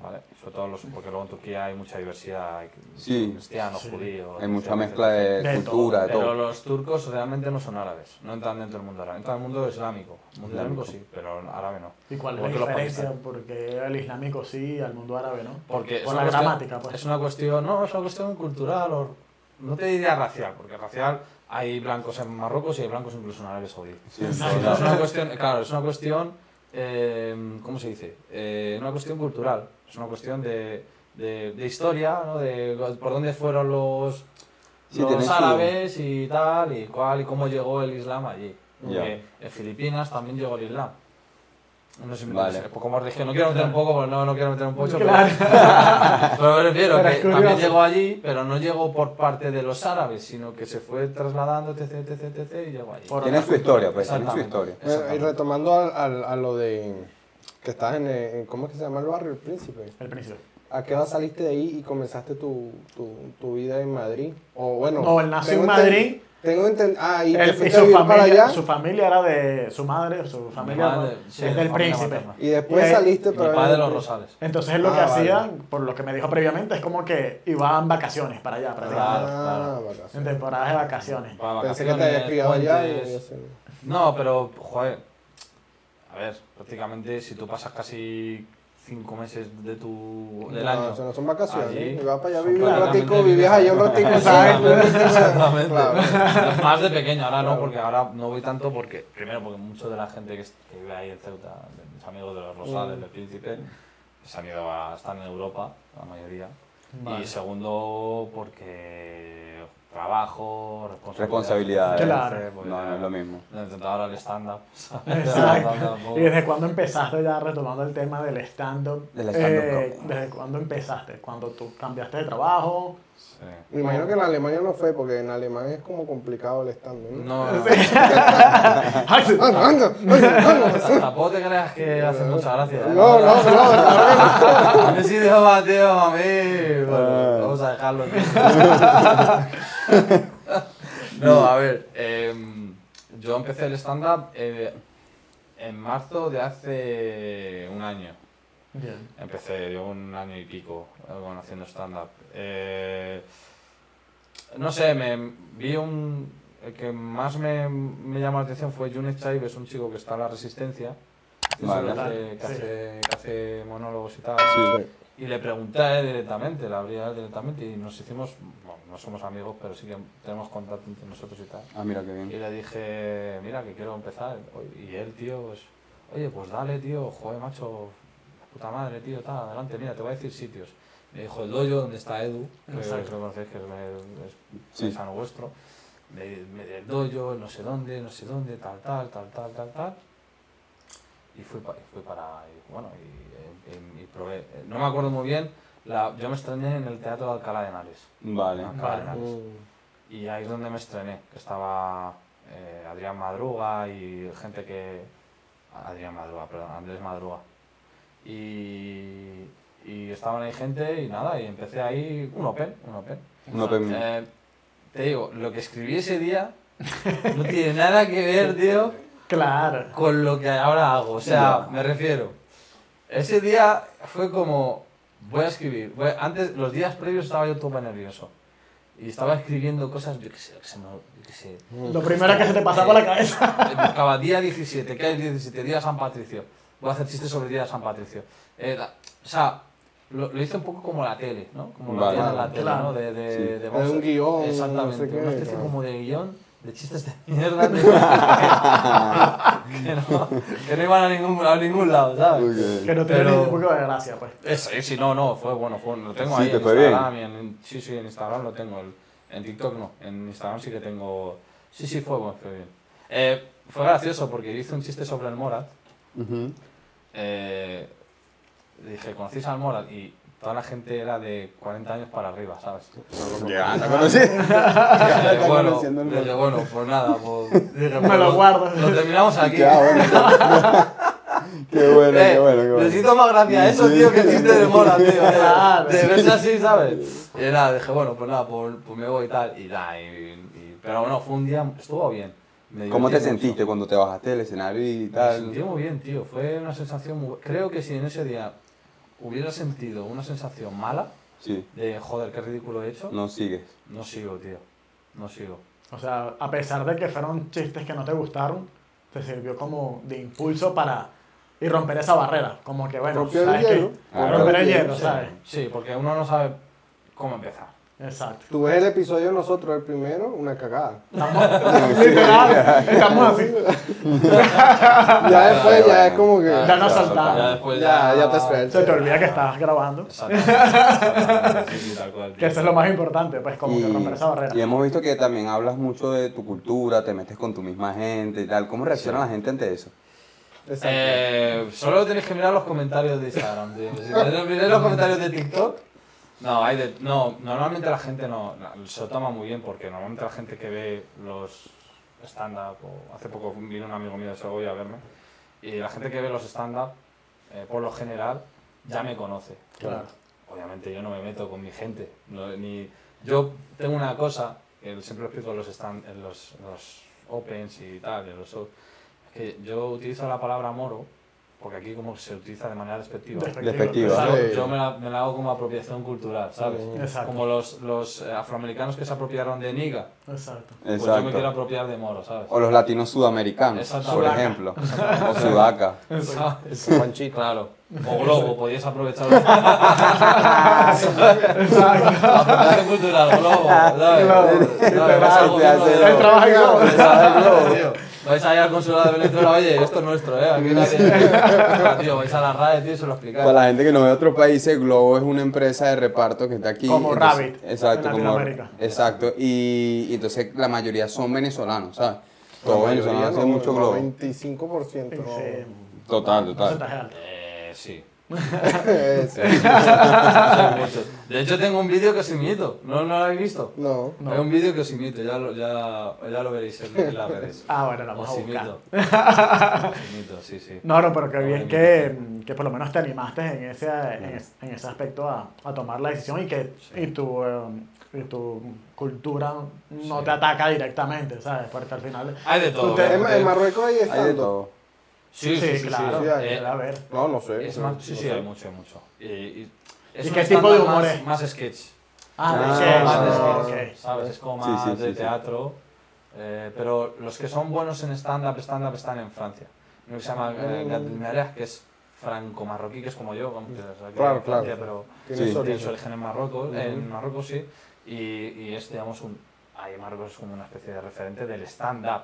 Speaker 3: ¿Vale? Sobre todo los, porque luego en Turquía hay mucha diversidad, hay
Speaker 4: Sí.
Speaker 3: cristianos,
Speaker 1: Sí.
Speaker 3: judíos.
Speaker 4: Hay mucha
Speaker 3: etcétera,
Speaker 4: mezcla
Speaker 3: etcétera.
Speaker 4: de,
Speaker 1: De
Speaker 4: cultura, de
Speaker 3: Pero
Speaker 4: todo.
Speaker 3: los turcos realmente no son árabes, no entran dentro del mundo árabe, entran en el mundo islámico. El mundo
Speaker 4: Islámico.
Speaker 3: islámico sí, pero el árabe no.
Speaker 1: ¿Y cuál es la
Speaker 3: Igual que los
Speaker 1: diferencia? Porque el islámico sí, al mundo árabe no.
Speaker 3: Porque es
Speaker 1: Por
Speaker 3: una
Speaker 1: la
Speaker 3: cuestión-
Speaker 1: gramática, pues.
Speaker 3: Es una cuestión, no, es una cuestión cultural, o, no te diría racial, porque racial hay blancos en Marruecos y hay blancos incluso en Arabia Saudí.
Speaker 4: Sí, en
Speaker 3: Sí,
Speaker 4: todo
Speaker 3: no, es
Speaker 4: lado.
Speaker 3: una cuestión, claro, es una cuestión, eh, ¿cómo se dice? Eh, una cuestión cultural, es una cuestión de, de- de historia, ¿no? De por dónde fueron los,
Speaker 4: Sí, tiene
Speaker 3: los
Speaker 4: su-
Speaker 3: árabes y tal, y cuál, y cómo llegó el Islam allí.
Speaker 4: Ya.
Speaker 3: Porque en Filipinas también llegó el Islam. No sé,
Speaker 4: Vale.
Speaker 3: vale. como religión, no quiero meter un poco, no, no quiero meter un pocho, pero-
Speaker 1: Claro.
Speaker 3: [LAUGHS] pero me refiero
Speaker 1: Pero
Speaker 3: que
Speaker 1: es curioso.
Speaker 3: también llegó allí, pero no llegó por parte de los árabes, sino que se fue trasladando, etc, etc, etc, y llegó allí.
Speaker 1: Por-
Speaker 4: Tiene su historia, pues, tiene su
Speaker 3: Exactamente.
Speaker 4: historia.
Speaker 2: Bueno, y
Speaker 3: Exactamente.
Speaker 2: retomando al- al- a lo de que estás en, eh, en- ¿cómo es que se llama el barrio? El Príncipe.
Speaker 1: El príncipe.
Speaker 2: ¿A qué edad saliste de ahí y comenzaste tu, tu, tu vida en Madrid? O bueno,
Speaker 1: No, él nació
Speaker 2: tengo
Speaker 1: en
Speaker 2: enten-
Speaker 1: Madrid.
Speaker 2: Tengo entendido. Ah, y te
Speaker 1: Él, y
Speaker 2: fuiste a
Speaker 1: su,
Speaker 2: vivir para
Speaker 1: familia,
Speaker 2: allá.
Speaker 1: su familia era de su madre, su familia
Speaker 3: madre,
Speaker 1: ¿no?
Speaker 3: sí,
Speaker 1: es
Speaker 3: de
Speaker 1: del
Speaker 3: familia
Speaker 1: príncipe.
Speaker 3: materna.
Speaker 2: Y después
Speaker 1: Y-
Speaker 2: saliste
Speaker 3: Y
Speaker 2: otra
Speaker 3: mi
Speaker 2: vez
Speaker 3: padre de
Speaker 2: del
Speaker 3: los
Speaker 2: Príncipe.
Speaker 3: Rosales.
Speaker 1: Entonces él lo que
Speaker 2: Ah,
Speaker 1: hacía, por lo que me dijo previamente, es como que iban vacaciones para allá, prácticamente.
Speaker 2: Ah, vacaciones.
Speaker 1: en temporadas de vacaciones.
Speaker 3: Para
Speaker 2: Pensé que te
Speaker 3: vacaciones,
Speaker 2: habías criado allá. y-
Speaker 3: puentes. No, pero, joder, a ver, prácticamente si tú pasas casi cinco meses de tu, del
Speaker 2: no,
Speaker 3: año...
Speaker 2: eso no son
Speaker 4: Ah,
Speaker 2: vacaciones.
Speaker 3: Allí.
Speaker 2: Y vas para allá a
Speaker 3: Son
Speaker 2: vivir un
Speaker 3: prácticamente
Speaker 2: ratico, vivías allá un
Speaker 3: vacaciones.
Speaker 2: ratico, ¿sabes?
Speaker 3: Exactamente, exactamente.
Speaker 2: Claro.
Speaker 3: Más de pequeño, ahora no, porque ahora no voy tanto porque, primero, porque mucho de la gente que, es- que vive ahí en Ceuta, de mis amigos de los
Speaker 2: Mm.
Speaker 3: Rosales, del Príncipe, se han ido a estar en Europa, la mayoría.
Speaker 1: Vale.
Speaker 3: Y segundo, porque trabajo,
Speaker 4: Responsabilidades.
Speaker 1: Claro.
Speaker 3: porque
Speaker 4: No, no es lo mismo.
Speaker 3: he intentado ahora el stand-up.
Speaker 1: Exacto.
Speaker 3: [LAUGHS] Tampoco.
Speaker 1: ¿Y desde cuándo empezaste ya retomando el tema del stand-up? eh,
Speaker 4: Del stand-up comedy.
Speaker 1: ¿Desde cuándo empezaste? ¿Cuando tú cambiaste de trabajo?
Speaker 3: Sí.
Speaker 2: Me imagino que en Alemania no fue, porque en Alemán es como complicado el stand ¿no?
Speaker 3: No, no,
Speaker 2: Anda, anda,
Speaker 3: no, tampoco te creas que hace mucha gracia. ¿eh?
Speaker 2: No, no, no.
Speaker 3: [LAUGHS]
Speaker 2: Ah.
Speaker 3: No es idioma, tío, a mí. Bueno, vamos a dejarlo.
Speaker 2: [LAUGHS]
Speaker 3: tío. no, a ver. em, yo empecé el stand-up eh, en marzo de hace un año.
Speaker 1: Bien.
Speaker 3: Empecé yo un año y pico eh, bueno, haciendo stand-up. Eh, no sé, me vi un. El que más me, me llamó la atención fue Yunes Chaives, un chico que está en la Resistencia, que
Speaker 4: Vale.
Speaker 3: hace- que,
Speaker 1: Sí.
Speaker 3: hace, que hace monólogos y tal.
Speaker 4: Sí.
Speaker 3: Y le pregunté a él directamente, le abrí a él directamente y nos hicimos, bueno, no somos amigos, pero sí que tenemos contacto entre nosotros y tal.
Speaker 4: Ah, mira qué
Speaker 3: Y
Speaker 4: bien.
Speaker 3: le dije, mira, que quiero empezar. Y él, tío, pues, oye, pues dale, tío, joder, macho, puta madre, tío, tal, adelante, mira, te voy a decir sitios. Me dijo el dojo, donde está Edu, que creo que
Speaker 1: Exacto.
Speaker 3: lo conocéis, que es, me- es
Speaker 4: Sí.
Speaker 3: paisano vuestro. Me, me di el dojo, no sé dónde, no sé dónde, tal, tal, tal, tal, tal, tal. Y fui, pa- fui para, y bueno, y, y- y probé. No me acuerdo muy bien, la, yo me estrené en el Teatro de Alcalá de Henares.
Speaker 4: Vale.
Speaker 3: Alcalá de
Speaker 1: Vale.
Speaker 3: Henares. Y ahí es donde me estrené, que estaba eh, Adrián Madruga y gente que... Adrián Madruga, perdón, Andrés Madruga. Y, y estaban ahí gente y nada, y empecé ahí un open, un open.
Speaker 4: Un open mic.
Speaker 3: Eh, te digo, lo que escribí ese día no tiene nada que ver, tío,
Speaker 1: Claro.
Speaker 3: con lo que ahora hago. O sea, me refiero. Ese día fue como, voy a escribir. voy- antes, los días previos estaba yo todo nervioso. Y estaba escribiendo cosas, yo qué sé, que se me- yo qué sé.
Speaker 1: Lo primero que se te pasa por la cabeza. [LAUGHS]
Speaker 3: Eh, Buscaba día 17, que hay 17, día de San Patricio. Voy a hacer chistes sobre el día de San Patricio. Eh, la- o sea, lo, lo hice un poco como la tele, ¿no? Como lo
Speaker 4: Vale.
Speaker 3: hacían en la tele,
Speaker 1: Claro.
Speaker 3: ¿no? De, de,
Speaker 4: Sí.
Speaker 3: de
Speaker 2: Era
Speaker 3: boxeo.
Speaker 2: un guión,
Speaker 3: Exactamente.
Speaker 2: no sé qué,
Speaker 3: una especie
Speaker 2: ¿no?
Speaker 3: como de guión de chistes de mierda. [LAUGHS] de- que, no, que no iban a ningún, a ningún lado, ¿sabes?
Speaker 1: Que no tiene
Speaker 3: Pero-
Speaker 1: ningún poco de gracia, pues.
Speaker 3: Eso, sí, no, no, fue bueno, fue, lo tengo
Speaker 4: Sí,
Speaker 3: ahí
Speaker 4: te
Speaker 3: en
Speaker 4: fue bien.
Speaker 3: Instagram, y en- en- sí, sí, en Instagram lo tengo, el- en TikTok no, en Instagram sí que tengo, sí, sí, fue bueno, fue bien. Eh, fue gracioso porque hice un chiste sobre el Morat,
Speaker 4: Ujú.
Speaker 3: eh, dije, ¿conocéis al Morat? Y toda la gente era de 40 años para arriba,
Speaker 1: [LAUGHS]
Speaker 3: ¿sabes?
Speaker 4: Ya, la
Speaker 3: [LAUGHS]
Speaker 4: conocí.
Speaker 3: Dije,
Speaker 4: está
Speaker 3: bueno,
Speaker 4: conociendo el
Speaker 3: dije,
Speaker 4: Morat.
Speaker 3: bueno, pues nada, pues, dije,
Speaker 1: [LAUGHS] Me
Speaker 3: pues
Speaker 1: lo guardo.
Speaker 3: Lo
Speaker 1: [LAUGHS]
Speaker 3: terminamos aquí. [LAUGHS]
Speaker 4: Ya, bueno. ah, Qué bueno,
Speaker 3: Eh,
Speaker 4: qué bueno, qué bueno.
Speaker 3: Necesito más gracia eso,
Speaker 4: Sí.
Speaker 3: tío, que el chiste de mola, tío.
Speaker 4: [LAUGHS]
Speaker 1: Claro.
Speaker 3: De, de verse así, ¿sabes? Y nada, dije, bueno, pues nada, pues, pues me voy y tal. Y nada, y, y- pero bueno, fue un día, estuvo bien. Me
Speaker 4: ¿Cómo te
Speaker 3: divertí mucho.
Speaker 4: sentiste cuando te bajaste del escenario y
Speaker 3: Me
Speaker 4: tal?
Speaker 3: sentí muy bien, tío. Fue una sensación muy... Creo que si en ese día hubiera sentido una sensación mala,
Speaker 4: Sí,
Speaker 3: de joder, qué ridículo he hecho, no,
Speaker 4: no sigues.
Speaker 3: sigo, tío. No sigo.
Speaker 1: O sea, a pesar de que fueron chistes que no te gustaron, te sirvió como de impulso para y romper esa barrera. Como que, bueno,
Speaker 2: Rompió el
Speaker 1: ¿sabes qué?
Speaker 2: hielo.
Speaker 4: Claro.
Speaker 1: Romper el hielo,
Speaker 2: Sí.
Speaker 1: ¿sabes?
Speaker 3: Sí, porque uno no sabe cómo empezar.
Speaker 1: Exacto.
Speaker 2: Tú ves el episodio de nosotros, el primero, una
Speaker 4: [LAUGHS]
Speaker 2: cagada.
Speaker 1: [LAUGHS] Estamos, literal, estamos así.
Speaker 2: Ya después, ya es como
Speaker 4: Ah,
Speaker 2: que.
Speaker 1: Ya no saltamos.
Speaker 3: Ya después
Speaker 2: Ya, ya te esperas.
Speaker 1: Se te olvida que estabas grabando.
Speaker 3: Exactamente, exactamente, sí, sí, tal cual, tío.
Speaker 1: Que eso es lo más importante, pues, como que romper esa
Speaker 4: y
Speaker 1: barrera.
Speaker 4: hemos visto que también hablas mucho de tu cultura, te metes con tu misma gente y tal. ¿Cómo reacciona la gente ante eso?
Speaker 2: Exacto.
Speaker 3: Eh, solo tenéis que mirar los comentarios de Instagram, tío. Si te- miráis los comentarios de TikTok. No, hay de, no, normalmente la gente no, no, se lo toma muy bien porque normalmente la gente que ve los stand-up, o hace poco vino un amigo mío de Segovia a verme, y la gente que ve los stand-up, eh, por lo general, ya me conoce.
Speaker 1: Claro.
Speaker 3: Obviamente yo no me meto con mi gente. no- ni, yo tengo una cosa, que siempre lo explico en los, stand, en los, en los opens y tal, en los shows, es que yo utilizo la palabra moro, porque aquí como se utiliza de manera despectiva.
Speaker 4: Despectivo.
Speaker 3: Pues
Speaker 1: Exacto.
Speaker 2: Vale.
Speaker 3: yo, yo me, la, me la hago como apropiación cultural, ¿sabes?
Speaker 2: Mm.
Speaker 1: Exacto.
Speaker 3: Como los, los eh, afroamericanos que se apropiaron de niga,
Speaker 1: Exacto.
Speaker 3: pues yo me quiero
Speaker 4: Exacto.
Speaker 3: apropiar de moro, ¿sabes?
Speaker 4: O los latinos sudamericanos, por
Speaker 3: Exactamente.
Speaker 4: ejemplo. O sudaca.
Speaker 3: [LAUGHS] ¿Sabes? Claro. O globo, podías aprovechar la
Speaker 1: Ah, [LAUGHS] Exacto.
Speaker 3: apropiación cultural, globo, ¿sabes?
Speaker 1: Globo.
Speaker 3: Claro, vas al
Speaker 4: Te
Speaker 3: gobierno
Speaker 4: hace
Speaker 3: de-
Speaker 1: El trabajo
Speaker 3: Vais
Speaker 1: global.
Speaker 3: al globo, tío. Vais ahí al consulado de Venezuela, oye, esto es nuestro, ¿eh? Aquí nadie... Tío, vais a la RAE, tío, y se lo explicáis.
Speaker 4: Para la gente que no ve otros países, Globo es una empresa de reparto que está aquí.
Speaker 1: Como Rabbit,
Speaker 4: Exacto,
Speaker 1: en
Speaker 4: como-
Speaker 1: Latinoamérica.
Speaker 4: Exacto. Y, y entonces la mayoría son venezolanos, ¿sabes? Todos
Speaker 2: La
Speaker 4: venezolanos
Speaker 2: mayoría,
Speaker 4: hacen
Speaker 2: no,
Speaker 4: mucho
Speaker 2: el
Speaker 4: Globo.
Speaker 2: 25%.
Speaker 1: Sí,
Speaker 2: no.
Speaker 4: Oh. Total,
Speaker 1: porcentaje
Speaker 4: total.
Speaker 1: alto.
Speaker 3: Eh, sí. [LAUGHS]
Speaker 2: Eso.
Speaker 3: Son muchos. De hecho, tengo un vídeo que os imito. ¿No, no lo habéis visto?
Speaker 2: No.
Speaker 1: No.
Speaker 3: Hay un vídeo que os imito, ya lo, ya, ya lo veréis en, en las redes.
Speaker 1: Ah, bueno, la vamos a
Speaker 3: Os
Speaker 1: buscar.
Speaker 3: imito. Os imito, sí, sí.
Speaker 1: No, no, pero qué
Speaker 3: Ahora
Speaker 1: bien
Speaker 3: mismo.
Speaker 1: que, mm, que por lo menos te animaste en ese, en, es- en ese aspecto a, a tomar la decisión y que
Speaker 3: Sí.
Speaker 1: y tu, eh, y tu cultura no
Speaker 3: Sí.
Speaker 1: te ataca directamente, ¿sabes? Porque al final...
Speaker 3: Hay de todo.
Speaker 1: Tú te-
Speaker 3: ¿eh?
Speaker 2: En, en Marruecos ahí
Speaker 4: Hay de
Speaker 2: están.
Speaker 4: todo.
Speaker 3: Sí, sí, sí. sí,
Speaker 1: claro.
Speaker 3: sí.
Speaker 2: sí, hay.
Speaker 3: Eh,
Speaker 1: debe haber.
Speaker 2: No, no sé.
Speaker 3: es
Speaker 2: no
Speaker 3: más- sí,
Speaker 2: sé.
Speaker 3: sí, hay mucho, hay mucho. Y, y- es
Speaker 1: ¿Y
Speaker 3: un
Speaker 1: qué tipo de
Speaker 3: estándar
Speaker 1: humor
Speaker 3: más,
Speaker 1: es?
Speaker 3: más sketch.
Speaker 1: Ah,
Speaker 4: Ah,
Speaker 1: de
Speaker 4: sí,
Speaker 1: que-
Speaker 4: ah,
Speaker 1: ok.
Speaker 3: ¿sabes? Es como
Speaker 4: Sí,
Speaker 3: más
Speaker 4: sí, sí,
Speaker 3: de
Speaker 4: sí.
Speaker 3: teatro. Eh, pero los que son buenos en stand-up, stand-up están en Francia. Uno que se llama eh,
Speaker 4: Mm.
Speaker 3: Gad Merah, que es franco-marroquí, que es como yo, vamos, que es aquí
Speaker 2: Claro,
Speaker 3: en Francia, pero
Speaker 2: claro.
Speaker 4: Sí.
Speaker 2: Tienes
Speaker 3: tiene
Speaker 2: origen.
Speaker 3: su origen en Marruecos, en Marruecos sí, y, y es, digamos, un, ahí en Marruecos es como una especie de referente del stand-up,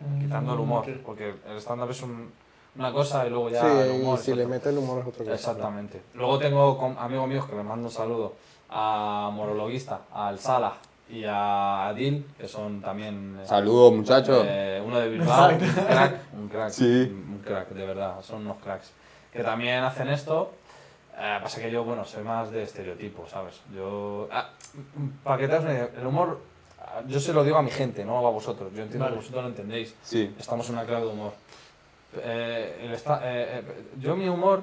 Speaker 4: Mm,
Speaker 3: quitando el humor,
Speaker 1: Ok.
Speaker 3: porque el stand-up es un- una cosa y luego ya el
Speaker 2: Sí,
Speaker 3: humor
Speaker 2: y
Speaker 3: es
Speaker 2: si le
Speaker 3: otra.
Speaker 2: mete el humor es otra cosa.
Speaker 3: Exactamente. Luego tengo con- amigos míos que les mando un saludo a Morologuista, al Sala y a Adil, que son también... eh,
Speaker 4: Saludos, muchachos.
Speaker 3: eh, uno de Bilbao, un
Speaker 1: Exacto.
Speaker 3: crack, un crack,
Speaker 4: Sí.
Speaker 3: un crack, de verdad, son unos cracks. Que también hacen esto, eh, pasa que yo, bueno, soy más de estereotipo, ¿sabes? Yo, ah, para que te hagas una idea, el humor, ah, yo se lo digo a mi gente, no a vosotros, yo entiendo
Speaker 1: Vale.
Speaker 3: que vosotros lo entendéis,
Speaker 4: Sí.
Speaker 3: estamos en una clave de humor. Eh, el esta- eh, eh, yo mi humor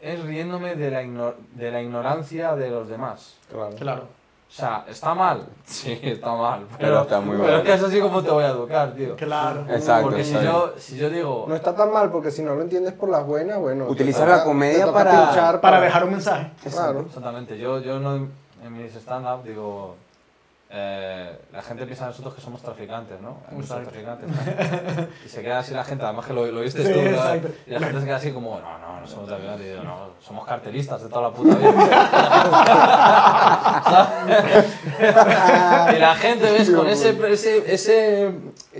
Speaker 3: es riéndome de la, igno- de la ignorancia de los demás.
Speaker 2: Claro.
Speaker 1: Claro.
Speaker 3: O sea, ¿está
Speaker 4: [LAUGHS]
Speaker 3: mal? Sí, está mal. Pero,
Speaker 4: Pero está muy
Speaker 3: pero
Speaker 4: mal.
Speaker 3: es que es así como te voy a educar, tío.
Speaker 1: Claro.
Speaker 4: Exacto,
Speaker 3: Porque si
Speaker 4: exacto.
Speaker 3: yo, si yo digo,
Speaker 2: No está tan mal porque si no lo entiendes por las buenas, bueno. te
Speaker 4: Utilizar
Speaker 2: toca-
Speaker 4: la comedia
Speaker 2: te toca
Speaker 4: para-
Speaker 2: pinchar
Speaker 1: Para dejar un mensaje.
Speaker 2: Claro.
Speaker 3: exactamente, yo, yo no en mis stand-up digo, eh, la gente piensa de nosotros que somos traficantes, ¿no? Que somos
Speaker 1: Exacto. [LAUGHS]
Speaker 3: traficantes. ¿no? Y se queda así la gente, además que lo, lo viste
Speaker 1: Sí,
Speaker 3: tú, ¿verdad?
Speaker 1: exacto.
Speaker 3: y la gente se queda así como, no, no, no somos traficantes, Y yo, no, somos carteristas de toda la puta
Speaker 1: [LAUGHS]
Speaker 3: vida. [LAUGHS] y la gente, ves, con ese, ese, ese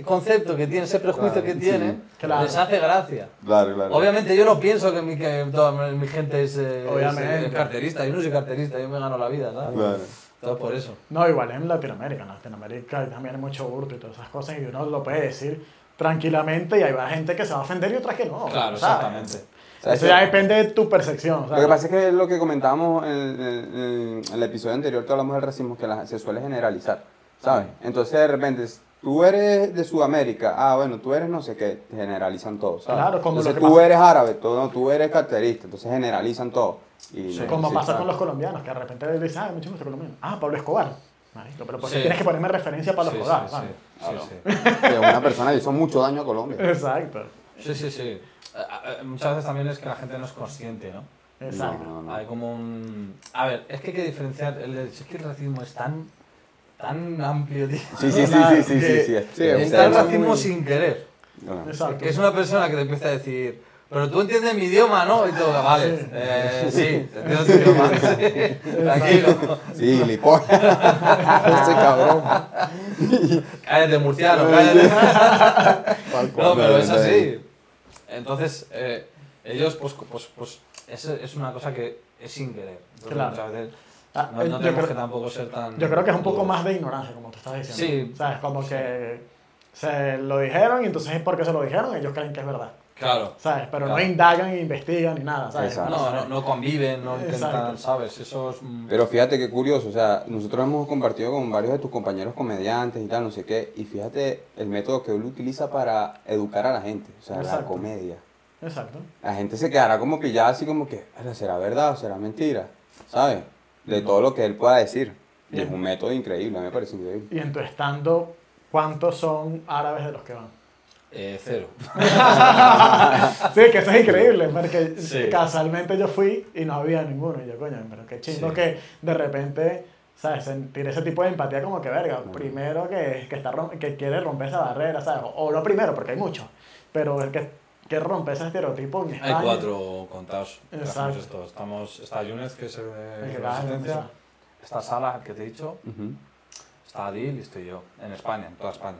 Speaker 3: concepto que tiene, ese prejuicio que tiene,
Speaker 1: Claro.
Speaker 3: les hace gracia.
Speaker 4: Claro, claro.
Speaker 3: Obviamente yo no pienso que mi, que toda mi gente es, eh,
Speaker 1: Obviamente.
Speaker 3: es carterista, yo no soy carterista, yo me gano la vida, ¿sabes?
Speaker 4: Claro.
Speaker 3: Todo por eso.
Speaker 1: No, igual en Latinoamérica. En Latinoamérica también hay mucho hurto y todas esas cosas. Y uno lo puede decir tranquilamente. Y hay gente que se va a ofender y otras que no.
Speaker 3: Claro,
Speaker 1: ¿sabes?
Speaker 3: exactamente.
Speaker 4: ¿Sabes
Speaker 1: Eso
Speaker 4: qué?
Speaker 1: ya depende de tu percepción.
Speaker 4: Lo que
Speaker 1: ¿sabes?
Speaker 4: pasa es que lo que comentábamos en, en- en el episodio anterior que hablamos del racismo, que la- se suele generalizar, ¿sabes? Entonces de repente, s- tú eres de Sudamérica, ah, bueno, tú eres no sé qué, te generalizan todos, ¿sabes?
Speaker 1: Claro, como lo
Speaker 4: entonces
Speaker 1: que
Speaker 4: tú
Speaker 1: pasa-
Speaker 4: eres árabe, tú, no, tú eres carterista, entonces generalizan todo. Y,
Speaker 3: Sí,
Speaker 1: Como
Speaker 4: sí,
Speaker 1: pasa con
Speaker 4: ¿sabes?
Speaker 1: los colombianos, que de repente dicen, ah, mucho gusto colombiano. Ah, Pablo Escobar. Marico, pero por
Speaker 3: Sí.
Speaker 1: eso tienes que ponerme referencia a Pablo
Speaker 3: Sí,
Speaker 1: Escobar.
Speaker 3: sí,
Speaker 1: ¿sabes?
Speaker 3: sí, sí, sí.
Speaker 4: Que una persona le hizo mucho daño a Colombia.
Speaker 1: Exacto.
Speaker 3: Sí, sí, sí. Eh, eh, Muchas veces también es que la gente no es consciente, ¿no?
Speaker 1: Exacto.
Speaker 4: No, no, no.
Speaker 3: Hay como un... A ver, es que hay que diferenciar... El... Es que el racismo es tan, tan amplio, tío.
Speaker 4: Sí, sí, sí, sí, sí, sí, sí.
Speaker 2: Sí,
Speaker 4: es-
Speaker 3: Está el
Speaker 4: es-
Speaker 3: racismo sin querer.
Speaker 4: no, no.
Speaker 1: Exacto.
Speaker 3: Que es una persona que te empieza a decir, pero tú entiendes mi idioma, ¿no? Y todo, vale,
Speaker 1: Sí.
Speaker 3: eh, sí, te entiendo tu
Speaker 1: [LAUGHS]
Speaker 3: idioma. Tranquilo.
Speaker 4: Sí, Lipón. [LAUGHS]
Speaker 2: Ese cabrón.
Speaker 3: Cállate, murciano,
Speaker 1: [LAUGHS]
Speaker 3: cállate. No, pero es así. Entonces, eh, ellos, pues, pues, pues es, es una cosa que es sin querer. Entonces,
Speaker 1: Claro.
Speaker 3: muchas veces
Speaker 1: Ah,
Speaker 3: no,
Speaker 1: eh,
Speaker 3: no
Speaker 1: yo
Speaker 3: tenemos
Speaker 1: creo-
Speaker 3: que tampoco ser tan...
Speaker 1: Yo creo que es un poco
Speaker 3: duros.
Speaker 1: más de ignorancia, como tú estás diciendo.
Speaker 3: Sí.
Speaker 1: ¿Sabes? Como que se lo dijeron y entonces es porque se lo dijeron ellos creen que es verdad.
Speaker 3: Claro.
Speaker 1: ¿Sabes? Pero no
Speaker 3: Claro.
Speaker 1: indagan, investigan ni nada, ¿sabes?
Speaker 4: Exacto.
Speaker 3: No, no, no conviven, no intentan,
Speaker 1: Exacto.
Speaker 3: ¿sabes? Eso es... mm,
Speaker 4: Pero fíjate qué curioso, o sea, nosotros hemos compartido con varios de tus compañeros comediantes y tal, no sé qué, y fíjate el método que él utiliza para educar a la gente, o sea, la
Speaker 1: Exacto.
Speaker 4: comedia.
Speaker 1: Exacto.
Speaker 4: La gente se quedará como pillada así como que, "Ala, ¿será verdad o será mentira? ¿Sabes? De todo lo que él pueda decir. Y es un método increíble, a mí me parece increíble.
Speaker 1: Y en tu estando, ¿cuántos son árabes de los que van?
Speaker 3: eh, cero.
Speaker 1: [LAUGHS] Sí, que eso es increíble, porque
Speaker 3: Sí.
Speaker 1: casualmente yo fui y no había ninguno. Y yo, coño, pero qué chingo
Speaker 3: Sí.
Speaker 1: que de repente, ¿sabes? Sentir ese tipo de empatía como que, verga, primero que, que, está rom- que quiere romper esa barrera, ¿sabes? O, o no primero, porque hay muchos, pero el que, que rompe ese estereotipo en
Speaker 3: Hay
Speaker 1: España.
Speaker 3: cuatro contados.
Speaker 1: Exacto.
Speaker 3: Hacemos esto. Estamos, está Yunes, que es el de
Speaker 1: El que acaba de
Speaker 3: Resistencia.
Speaker 1: empezar.
Speaker 3: Está Sala, que te he dicho.
Speaker 4: Ujú.
Speaker 3: Está Adil y estoy yo. En España, en toda España.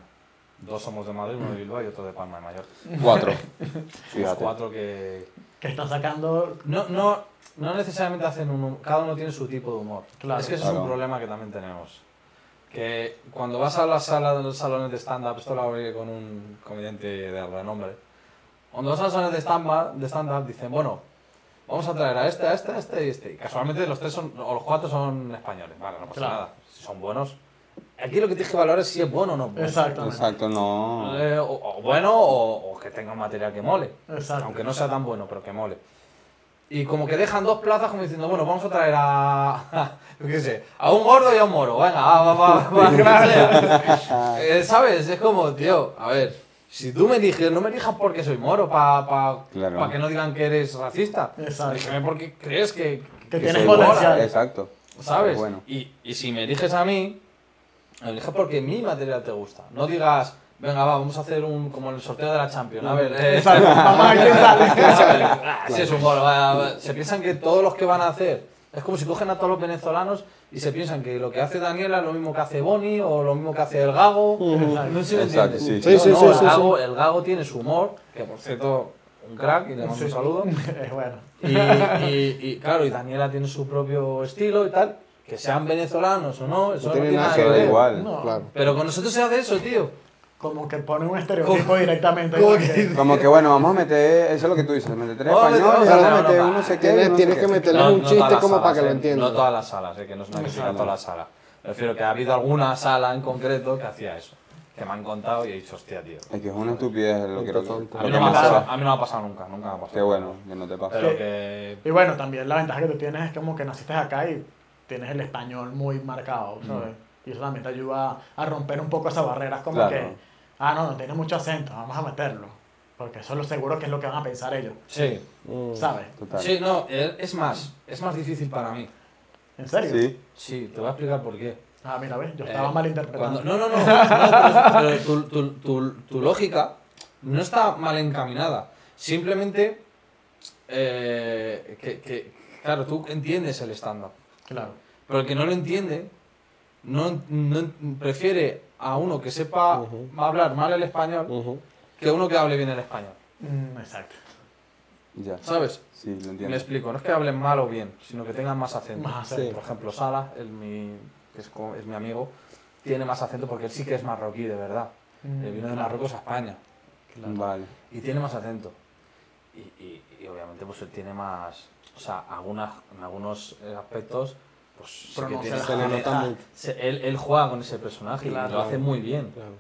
Speaker 3: Dos somos de Madrid, uno de Bilbao y otro de Palma de Mallorca.
Speaker 4: [LAUGHS]
Speaker 3: [LAUGHS]
Speaker 4: Cuatro.
Speaker 3: Los
Speaker 4: Fíjate.
Speaker 3: cuatro que...
Speaker 1: Que están sacando.
Speaker 3: No, no, no necesariamente hacen un... hum- Cada uno tiene su tipo de humor.
Speaker 1: Claro.
Speaker 3: es que ese es
Speaker 4: Claro.
Speaker 3: un problema que también tenemos. Que cuando vas a las salas de los salones de stand-up, esto lo hablé con un comediante de renombre, cuando vas a los salones de stand-up, de stand-up dicen, bueno, vamos a traer a este, a este, a este y este. Y casualmente los tres son, o los cuatro son españoles, vale, no pasa
Speaker 1: Claro.
Speaker 3: nada, si son buenos. Aquí lo que tienes que valorar es si es bueno o no. es bueno.
Speaker 1: Exactamente.
Speaker 4: Exacto, no.
Speaker 3: Eh, o, o bueno o, o que tenga un material que mole.
Speaker 1: Exacto.
Speaker 3: Aunque no sea tan bueno, pero que mole. Y como
Speaker 1: Eh,
Speaker 3: que dejan dos plazas como diciendo, bueno, vamos a traer a... [LAUGHS] yo qué sé, a un gordo y a un moro. Venga, va, va, va, va, que sea. Eh, ¿Sabes? Es como, tío, a ver, si tú me eliges, no me elijas porque soy moro, para
Speaker 4: Claro.
Speaker 3: que no digan que eres racista.
Speaker 1: Exacto.
Speaker 3: Elígeme porque crees que...
Speaker 1: Que
Speaker 4: Que
Speaker 1: tienes
Speaker 4: soy mola,
Speaker 1: potencial.
Speaker 4: Exacto.
Speaker 3: ¿Sabes?
Speaker 4: bueno.
Speaker 3: Y, y si me eliges a mí, me eliges porque mi material te gusta. No digas, venga, va, vamos a hacer un como en el sorteo de la Champions. A ver, eh, [LAUGHS]
Speaker 1: Exacto, vamos a ver quién sale.
Speaker 3: Ah, sí, es un gol, va, va. Se piensan que todos los que van a hacer. Es como si cogen a todos los venezolanos y se piensan que lo que hace Daniela es lo mismo que hace Boni o lo mismo que hace el Gago. No sé si me
Speaker 4: Exacto,
Speaker 3: entiendes.
Speaker 4: sí.
Speaker 3: No,
Speaker 2: Sí, sí,
Speaker 3: no,
Speaker 2: sí,
Speaker 3: el,
Speaker 2: sí,
Speaker 3: Gago, el Gago tiene su humor, que por cierto, un crack, y le mando un saludo.
Speaker 1: [LAUGHS] Es bueno.
Speaker 3: Y, y- y, claro, y Daniela tiene su propio estilo y tal. Que sean venezolanos o no, eso no tiene nada que
Speaker 4: da
Speaker 3: ver.
Speaker 4: igual.
Speaker 1: No,
Speaker 2: Claro.
Speaker 3: Pero con nosotros se hace eso, tío.
Speaker 1: Como que pone un estereotipo
Speaker 3: Como-
Speaker 1: directamente.
Speaker 3: como
Speaker 1: ¿no?
Speaker 3: que-
Speaker 1: Que-
Speaker 4: Como que bueno, vamos a meter, eso es lo que tú dices, meter tres
Speaker 3: Vamos a meter- vamos
Speaker 4: españoles,
Speaker 3: a
Speaker 4: vamos a
Speaker 3: meter
Speaker 4: meter
Speaker 3: uno,
Speaker 4: uno, sé qué,
Speaker 2: Tienes-
Speaker 4: uno sé
Speaker 2: tienes
Speaker 4: qué.
Speaker 2: que meter- Tener un
Speaker 3: todas
Speaker 2: chiste
Speaker 3: las
Speaker 2: como para que lo
Speaker 3: eh,
Speaker 2: entiendan.
Speaker 3: No todas las salas, eh, que no es una crítica a todas las salas. Prefiero que ha habido alguna sala en concreto que hacía eso. Que me han contado y he dicho, hostia, tío.
Speaker 4: Es que es una estupidez lo que lo que-
Speaker 3: A mí
Speaker 4: lo
Speaker 3: no
Speaker 4: que
Speaker 3: me ha
Speaker 4: pasa.
Speaker 3: pasado, a mí no me ha pasado nunca, nunca me ha pasado.
Speaker 4: Qué bueno, que no te pasa.
Speaker 3: Pero que.
Speaker 1: Y bueno, también la ventaja que tú tienes es como que naciste acá y tienes el español muy marcado, ¿sabes? Y eso también te ayuda a romper un poco esas barreras, como
Speaker 4: Claro.
Speaker 1: que, ah, no, no tienes mucho acento, vamos a meterlo. Porque eso es lo seguro que es lo que van a pensar ellos,
Speaker 3: Sí.
Speaker 2: Mm.
Speaker 1: ¿sabes?
Speaker 4: Total.
Speaker 3: Sí, no, eh, es más, es más difícil para mí.
Speaker 1: ¿En serio?
Speaker 4: Sí.
Speaker 3: Sí, te voy a explicar por qué.
Speaker 1: Ah, mira, ves, yo estaba
Speaker 3: Eh,
Speaker 1: malinterpretando.
Speaker 3: cuando- no, no, no. no, pero, pero tu, tu- tu- tu lógica no está mal encaminada. Simplemente. eh, que, que- claro, tú entiendes el estándar.
Speaker 1: Claro.
Speaker 3: Pero el que no lo entiende, no, no- prefiere a uno que sepa
Speaker 2: Ujú.
Speaker 3: hablar mal el español
Speaker 2: Ujú.
Speaker 3: que a uno que hable bien el español.
Speaker 1: Mm, exacto.
Speaker 4: Ya.
Speaker 3: ¿Sabes?
Speaker 4: Sí, lo
Speaker 3: Me
Speaker 4: entiendo.
Speaker 3: explico, no es que hablen mal o bien, sino que tengan más acento.
Speaker 1: Más
Speaker 2: acento.
Speaker 3: Por ejemplo, Sala, el mi, que es, co- es mi amigo, tiene más acento porque él sí que es marroquí, de verdad.
Speaker 1: Mm,
Speaker 3: Él vino Eh, de
Speaker 1: claro.
Speaker 3: Marruecos a España
Speaker 4: Vale.
Speaker 3: y tiene más acento. Y, y- y obviamente, pues él tiene más. O sea, algunas, en algunos eh, aspectos, pues. sí que
Speaker 1: Pronuncia
Speaker 3: tiene-
Speaker 1: la
Speaker 2: Se le nota
Speaker 1: jalea.
Speaker 2: mucho.
Speaker 3: se- él, él juega con ese personaje y
Speaker 1: Claro.
Speaker 3: lo hace muy bien.
Speaker 2: Ah. Claro.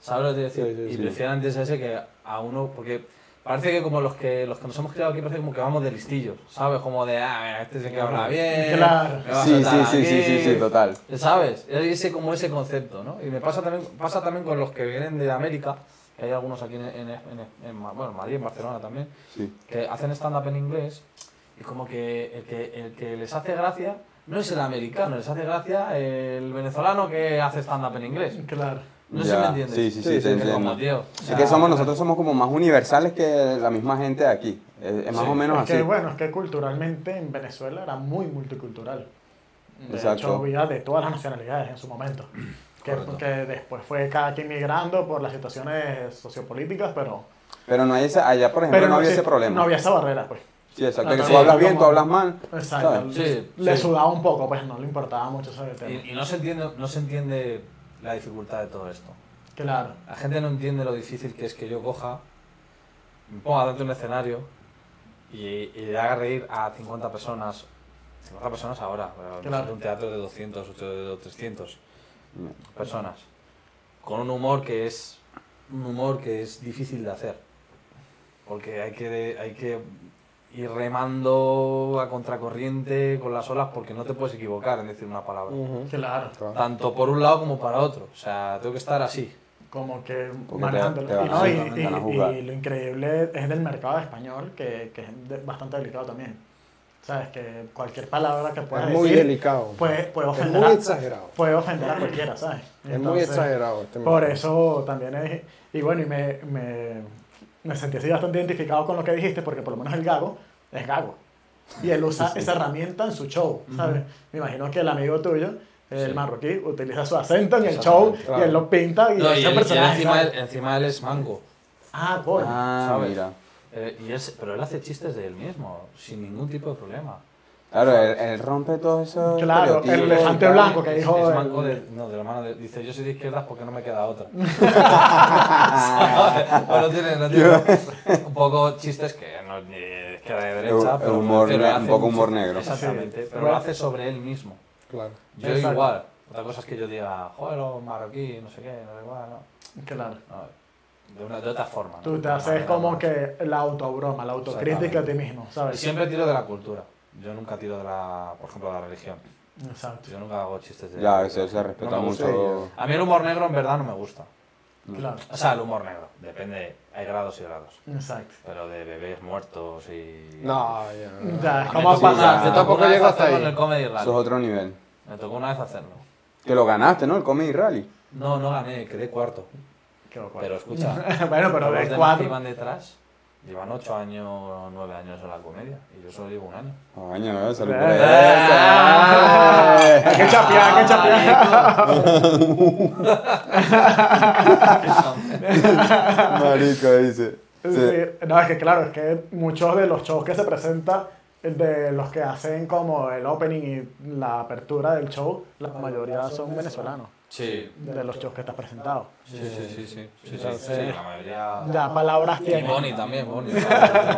Speaker 3: ¿Sabes lo que te quiero
Speaker 2: Sí,
Speaker 3: decir?
Speaker 2: sí,
Speaker 3: y
Speaker 2: sí.
Speaker 3: prefiero antes a ese que a uno, porque parece que como los que los que nos hemos criado aquí parece como que vamos de listillos, ¿sabes? Como de, ah, mira, este es el que habla bien.
Speaker 1: Claro.
Speaker 3: me va a
Speaker 4: Sí, sí,
Speaker 3: soltar
Speaker 4: sí, sí, sí, sí,
Speaker 3: aquí.
Speaker 4: total.
Speaker 3: ¿Sabes? Es ese, como ese concepto, ¿no? Y me pasa también, pasa también con los que vienen de América, que hay algunos aquí en, en- en- en Ma- bueno, en Madrid, en Barcelona también,
Speaker 4: Sí.
Speaker 3: que hacen stand-up en inglés y como que el, que el que les hace gracia no es el americano, les hace gracia el venezolano que hace stand-up en inglés.
Speaker 1: Claro.
Speaker 3: No
Speaker 4: Ya.
Speaker 3: sé si me entiendes.
Speaker 4: Sí, sí, sí,
Speaker 2: Sí,
Speaker 4: te
Speaker 2: sí,
Speaker 3: Es como,
Speaker 4: entiendo.
Speaker 3: tío, o
Speaker 4: Es
Speaker 3: sea,
Speaker 4: que somos, nosotros somos como más universales que la misma gente de aquí. Es, es más
Speaker 3: Sí.
Speaker 4: o menos
Speaker 1: es
Speaker 4: así.
Speaker 1: que bueno, es que culturalmente en Venezuela era muy multicultural. De
Speaker 4: Exacto.
Speaker 1: hecho, había de todas las nacionalidades en su
Speaker 4: [CLEARS THROAT]
Speaker 1: momento. Que,
Speaker 3: Correcto.
Speaker 1: que después fue cada quien migrando por las situaciones sociopolíticas, pero,
Speaker 4: Pero no hay ese, allá, por ejemplo,
Speaker 1: pero
Speaker 4: no, había
Speaker 1: existe-
Speaker 4: ese problema.
Speaker 1: No había esa barrera, pues.
Speaker 4: Sí, exacto.
Speaker 1: No,
Speaker 4: que
Speaker 1: no,
Speaker 4: tú
Speaker 1: no,
Speaker 4: hablas
Speaker 1: no,
Speaker 4: bien,
Speaker 1: no.
Speaker 4: tú hablas mal.
Speaker 1: Exacto.
Speaker 4: ¿sabes?
Speaker 3: Sí,
Speaker 1: le
Speaker 3: sí.
Speaker 1: sudaba un poco, pues no le importaba mucho sobre el tema.
Speaker 3: Y, y no, se entiende, no se entiende la dificultad de todo esto.
Speaker 1: Claro.
Speaker 3: La gente no entiende lo difícil que es que yo coja, me ponga delante de un escenario y, y le haga reír a 50 personas. 50 personas ahora, pero
Speaker 1: Claro.
Speaker 3: es un teatro de 200 o de 300
Speaker 4: No.
Speaker 3: personas. Con un humor que es un humor que es difícil de hacer. Porque hay que, hay que ir remando a contracorriente con las olas porque no te puedes equivocar en decir una palabra.
Speaker 2: Ujú.
Speaker 1: Claro.
Speaker 3: Tanto por un lado como para otro. O sea, tengo que estar así.
Speaker 1: como que
Speaker 4: te-
Speaker 1: manejándolo.
Speaker 4: te van
Speaker 1: y,
Speaker 4: a-
Speaker 1: no, y-
Speaker 4: te van a
Speaker 1: y-
Speaker 4: jugar.
Speaker 1: y lo increíble es del mercado español, que, que es de- bastante delicado también. Sabes que cualquier palabra que puedas
Speaker 2: Es muy
Speaker 1: decir
Speaker 2: delicado.
Speaker 1: puede, puede
Speaker 2: Es
Speaker 1: ofender
Speaker 2: muy
Speaker 1: a-
Speaker 2: exagerado.
Speaker 1: puede ofender a cualquiera, ¿sabes?
Speaker 2: Es muy
Speaker 1: Entonces,
Speaker 2: exagerado este
Speaker 1: Por
Speaker 2: mensaje.
Speaker 1: eso también es... Y bueno, y me, me, me sentí así bastante identificado con lo que dijiste, porque por lo menos el gago es gago. Y él usa esa herramienta en su show, ¿sabes? Me imagino que el amigo tuyo, el
Speaker 3: Sí.
Speaker 1: marroquí, utiliza su acento en el show
Speaker 2: Exactamente.
Speaker 1: y él lo pinta y
Speaker 3: No, y él-
Speaker 1: es el
Speaker 3: y él
Speaker 1: personaje.
Speaker 3: encima,
Speaker 1: ¿sabes?
Speaker 3: él, encima él es mango.
Speaker 1: Ah, coño.
Speaker 4: Ah,
Speaker 3: ¿sabes?
Speaker 4: mira.
Speaker 3: Eh, y él se- pero él hace chistes de él mismo, sin ningún tipo de problema.
Speaker 4: Claro, él, él rompe todo eso.
Speaker 1: Claro, el elefante blanco que
Speaker 3: Es-
Speaker 1: dijo.
Speaker 3: es
Speaker 1: el-
Speaker 3: mango de, no, de la mano de- dice, yo soy de izquierdas porque no me queda
Speaker 1: [LAUGHS]
Speaker 3: otra. [LAUGHS] no, no tiene, no
Speaker 1: [LAUGHS]
Speaker 3: tiene. un poco chistes que no ni de izquierda ni de derecha,
Speaker 4: Eh,
Speaker 3: pero
Speaker 4: humor
Speaker 3: pero
Speaker 4: ne-
Speaker 3: hace
Speaker 4: un poco humor
Speaker 3: chiste-
Speaker 4: negro.
Speaker 3: Exactamente,
Speaker 1: Sí.
Speaker 3: pero lo hace sobre él mismo.
Speaker 2: Claro.
Speaker 3: Yo
Speaker 1: Exacto.
Speaker 3: igual. Otra cosa es que yo diga, joder, los marroquí, no sé qué, no da igual, ¿no?
Speaker 1: Claro.
Speaker 3: No, de, una, de otra forma. ¿no?
Speaker 1: Tú te
Speaker 3: De una
Speaker 1: haces
Speaker 3: manera
Speaker 1: como
Speaker 3: más-
Speaker 1: que la autobroma, la autocrítica a ti mismo,
Speaker 3: Y
Speaker 1: ¿sabes?
Speaker 3: Siempre tiro de la cultura. Yo nunca tiro de la, por ejemplo, de la religión.
Speaker 1: Exacto,
Speaker 3: Yo nunca hago chistes de
Speaker 4: Ya, eso se respeta
Speaker 3: No me gusta.
Speaker 4: mucho.
Speaker 3: A mí el humor negro en verdad no me gusta.
Speaker 1: claro.
Speaker 3: O sea, el humor negro. Depende. Hay grados y grados.
Speaker 1: Exacto.
Speaker 3: Pero de bebés muertos y...
Speaker 2: No, ya.
Speaker 1: Ya,
Speaker 3: A mí
Speaker 1: ¿cómo
Speaker 3: me
Speaker 1: ha
Speaker 3: tocó-
Speaker 1: pasado?
Speaker 2: Yo tampoco
Speaker 3: una vez
Speaker 2: llego hasta
Speaker 3: hacerlo
Speaker 2: ahí.
Speaker 3: en el Comedy
Speaker 4: Eso
Speaker 3: Rally.
Speaker 4: es otro nivel.
Speaker 3: Me tocó una vez hacerlo.
Speaker 4: Que lo ganaste, ¿no? El Comedy Rally.
Speaker 3: No, no gané, quedé cuarto.
Speaker 1: Qué locura.
Speaker 3: Pero
Speaker 2: [LAUGHS]
Speaker 3: escucha,
Speaker 1: [LAUGHS] bueno, pero
Speaker 3: los
Speaker 1: de
Speaker 3: demás que
Speaker 1: cuatro.
Speaker 3: iban detrás llevan ocho años o nueve años en la comedia y yo solo llevo un
Speaker 4: [LAUGHS]
Speaker 3: año.
Speaker 4: Coño, no, salí por
Speaker 1: Eh.
Speaker 4: esa. Eh.
Speaker 3: [LAUGHS]
Speaker 1: Hay que chapear, hay que chapear.
Speaker 4: Marico, dice.
Speaker 1: Sí, No, es que claro, es que muchos de los shows que se presentan, el de los que hacen como el opening y la apertura del show, la mayoría son venezolanos,
Speaker 3: Sí.
Speaker 1: de los shows que estás presentado.
Speaker 3: Sí, sí, sí, sí. sí, sí, sí,
Speaker 1: Entonces-
Speaker 3: la mayoría.
Speaker 1: Ya palabras
Speaker 3: Y
Speaker 1: tienen.
Speaker 3: Bonnie también, Bonnie.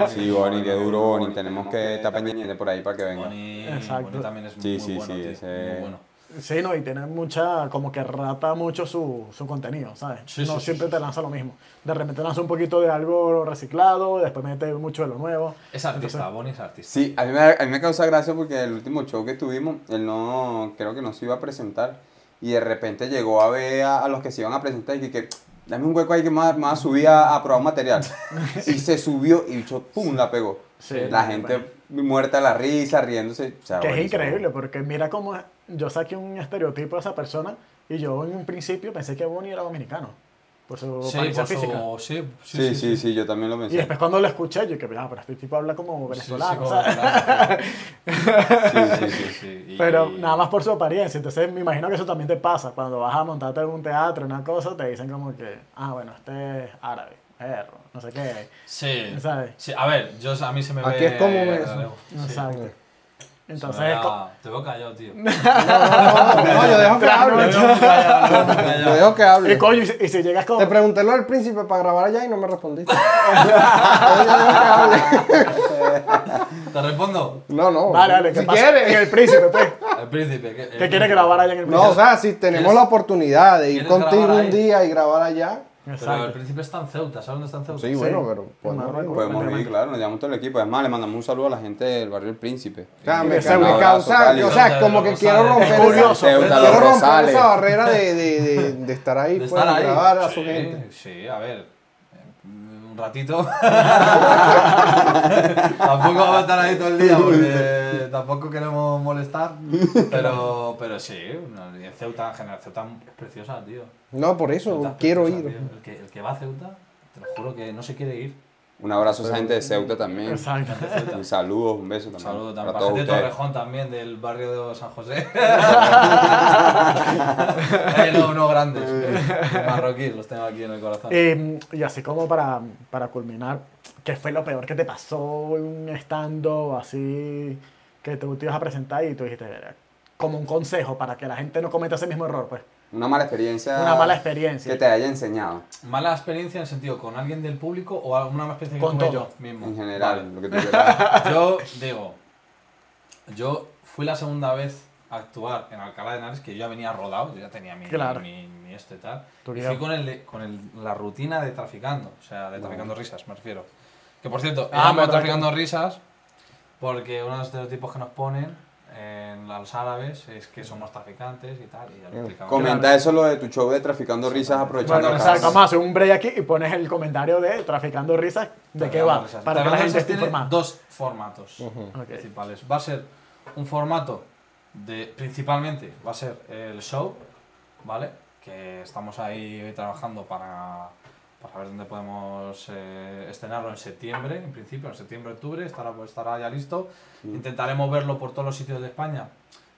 Speaker 4: Sí, Bonnie, qué duro, Bonnie. Tenemos que estar pendiente por ahí para que venga.
Speaker 3: Bonnie,
Speaker 1: Exacto.
Speaker 3: Bonnie también es
Speaker 4: Sí,
Speaker 3: muy
Speaker 4: sí,
Speaker 3: bueno,
Speaker 4: sí,
Speaker 3: tío,
Speaker 4: ese-
Speaker 3: muy bueno.
Speaker 1: Sí, no, y tienen mucha, como que rata mucho su, su contenido, ¿sabes?
Speaker 3: Sí,
Speaker 1: no
Speaker 3: sí, sí,
Speaker 1: siempre
Speaker 3: sí,
Speaker 1: te lanza lo mismo. De repente lanza un poquito de algo reciclado, después mete mucho de lo nuevo.
Speaker 3: Es artista, Bonnie es artista.
Speaker 4: Sí, a mí, me, a mí me causa gracia porque el último show que tuvimos, él no, creo que no se iba a presentar. Y de repente llegó a ver a, a los que se iban a presentar y que, que, dame un hueco ahí que me va me va a subir a, a
Speaker 3: [LAUGHS]
Speaker 4: probar material. y se subió y yo, pum, la pegó.
Speaker 1: Sí,
Speaker 4: la
Speaker 1: no,
Speaker 4: gente
Speaker 1: bueno.
Speaker 4: muerta de la risa, riéndose. o sea,
Speaker 1: Que es
Speaker 4: buenísimo.
Speaker 1: increíble, porque mira cómo yo saqué un estereotipo de esa persona y yo en un principio pensé que Bonnie era dominicano, por su apariencia
Speaker 3: por su-
Speaker 1: física.
Speaker 3: sí,
Speaker 4: Sí sí sí, yo también lo
Speaker 1: Y
Speaker 4: pensé.
Speaker 1: después cuando lo escuché, yo que, ah, pero este tipo habla como
Speaker 3: Sí, sí,
Speaker 1: venezolano,
Speaker 3: como
Speaker 1: ¿sabes?
Speaker 3: venezolano,
Speaker 4: Sí,
Speaker 3: sí,
Speaker 4: sí, sí.
Speaker 3: sí, y-
Speaker 1: Pero
Speaker 3: y-
Speaker 1: nada más por su apariencia, entonces me imagino que eso también te pasa. Cuando vas a montarte en un teatro, una cosa, te dicen como que, ah, bueno, este es árabe, perro, no sé qué.
Speaker 3: Sí.
Speaker 1: ¿Sabes?
Speaker 3: Sí, a ver, yo, a mí se me
Speaker 2: Aquí
Speaker 3: ve...
Speaker 2: es como
Speaker 3: al
Speaker 2: eso.
Speaker 3: relevo. Sí.
Speaker 1: Exacto.
Speaker 3: Se me
Speaker 1: Entonces,
Speaker 3: da-
Speaker 1: co-
Speaker 3: Te veo callado, tío.
Speaker 2: No, yo dejo que
Speaker 3: Te
Speaker 1: [LAUGHS]
Speaker 2: hable.
Speaker 3: veo muy callado, te veo muy
Speaker 4: Yo
Speaker 3: callado.
Speaker 4: dejo que hable.
Speaker 1: y coño, y si, y si llegas con...
Speaker 2: Te pregunté lo del príncipe para grabar allá y no me [LAUGHS] respondiste.
Speaker 3: Te respondo.
Speaker 2: No, no.
Speaker 1: Vale, vale, ¿qué
Speaker 2: si
Speaker 1: pasa?
Speaker 2: quieres.
Speaker 1: En el príncipe, pues.
Speaker 3: El príncipe. que-
Speaker 1: ¿Qué quiere grabar allá en el príncipe?
Speaker 2: No, o sea, si tenemos
Speaker 3: ¿Quieres-
Speaker 2: la oportunidad de ir
Speaker 3: quieres grabar
Speaker 2: contigo un
Speaker 3: ahí?
Speaker 2: día y grabar allá.
Speaker 3: Pero el
Speaker 1: Exacto.
Speaker 3: príncipe está en Ceuta, ¿sabes dónde está en Ceuta?
Speaker 2: Sí, bueno, pero podemos
Speaker 1: Marruecos.
Speaker 2: ir.
Speaker 4: Podemos ir, claro, nos llevamos todo el equipo. Es más, le mandamos un saludo a la gente del barrio El Príncipe.
Speaker 2: O sea, me,
Speaker 1: Sí,
Speaker 2: ca- me
Speaker 1: un
Speaker 2: causa,
Speaker 4: cálido.
Speaker 2: o sea, como que quiero romper,
Speaker 1: Es curioso.
Speaker 2: esa,
Speaker 4: Ceuta,
Speaker 2: quiero
Speaker 4: los
Speaker 2: romper
Speaker 4: Rosales.
Speaker 2: esa barrera de, de, de, de estar
Speaker 3: De
Speaker 2: ahí, pues,
Speaker 3: estar
Speaker 2: y
Speaker 3: ahí.
Speaker 2: grabar a su
Speaker 3: Sí,
Speaker 2: gente.
Speaker 3: Sí, a ver. eh, Un ratito. [LAUGHS] tampoco vamos a estar ahí todo el día porque tampoco queremos molestar. Pero, pero sí, no, y en Ceuta en general. Ceuta es preciosa, tío.
Speaker 2: No, por eso,
Speaker 3: Ceuta es
Speaker 2: quiero
Speaker 3: preciosa,
Speaker 2: ir.
Speaker 3: tío. El que, el que va a Ceuta, te lo juro que no se quiere
Speaker 1: [LAUGHS]
Speaker 3: ir.
Speaker 4: Un abrazo a esa gente de Ceuta tambibién.
Speaker 1: Exacto.
Speaker 4: Un saludo, un beso
Speaker 3: Un
Speaker 4: también.
Speaker 3: saludo también
Speaker 4: para
Speaker 3: para
Speaker 4: todos
Speaker 3: gente de
Speaker 4: ustedes.
Speaker 3: Torrejón también, del barrio de San José. [LAUGHS] eh, no, no grandes. eh, Marroquíes, los tengo aquí en el corazón.
Speaker 1: Eh, y así como para, para culminar, ¿qué fue lo peor que te pasó en un estando así que tú te ibas a presentar y tú dijiste, "Verga", como un consejo para que la gente no cometa ese mismo error, pues?
Speaker 4: Una mala experiencia.
Speaker 1: Una mala experiencia.
Speaker 4: Que te haya enseñado,
Speaker 3: Mala experiencia en el sentido con alguien del público o alguna experiencia que
Speaker 1: Con
Speaker 3: tuve yo
Speaker 1: todo.
Speaker 3: mismo.
Speaker 4: en general. Lo que
Speaker 3: [LAUGHS]
Speaker 4: tú quieras.
Speaker 3: Vale. Yo digo, yo fui la segunda vez a actuar en Alcalá de Henares que yo ya venía rodado, yo ya tenía mi,
Speaker 1: Claro.
Speaker 3: mi, mi este tal.
Speaker 1: Tú
Speaker 3: Y
Speaker 1: ya-
Speaker 3: fui con, el, de- con el- la rutina de traficando, o sea, de traficando risas, me refiero. Que por cierto,
Speaker 1: Ah,
Speaker 3: amo
Speaker 1: verdad
Speaker 3: traficando risas porque uno de los estereotipos que nos ponen en los árabes es que somos traficantes y tal. Y ya
Speaker 4: Mm.
Speaker 3: lo explicaba.
Speaker 4: Comenta eso lo de tu show de Traficando Risas aprovechando
Speaker 1: Bueno,
Speaker 4: el
Speaker 1: exacto,
Speaker 4: caso.
Speaker 1: vamos a hacer un break aquí y pones el comentario de Traficando Risas de qué va,
Speaker 3: Traficando risas.
Speaker 1: para que
Speaker 3: Traficando
Speaker 1: la gente
Speaker 3: risas
Speaker 1: esté
Speaker 3: tiene
Speaker 1: informada.
Speaker 3: dos formatos.
Speaker 1: Ok.
Speaker 3: principales. Va a ser un formato de. Principalmente va a ser el show, ¿vale? Que estamos ahí trabajando para, para ver dónde podemos eh, estrenarlo en septiembre, en principio, en septiembre, octubre, estará, pues, estará ya listo. Intentaremos verlo por todos los sitios de España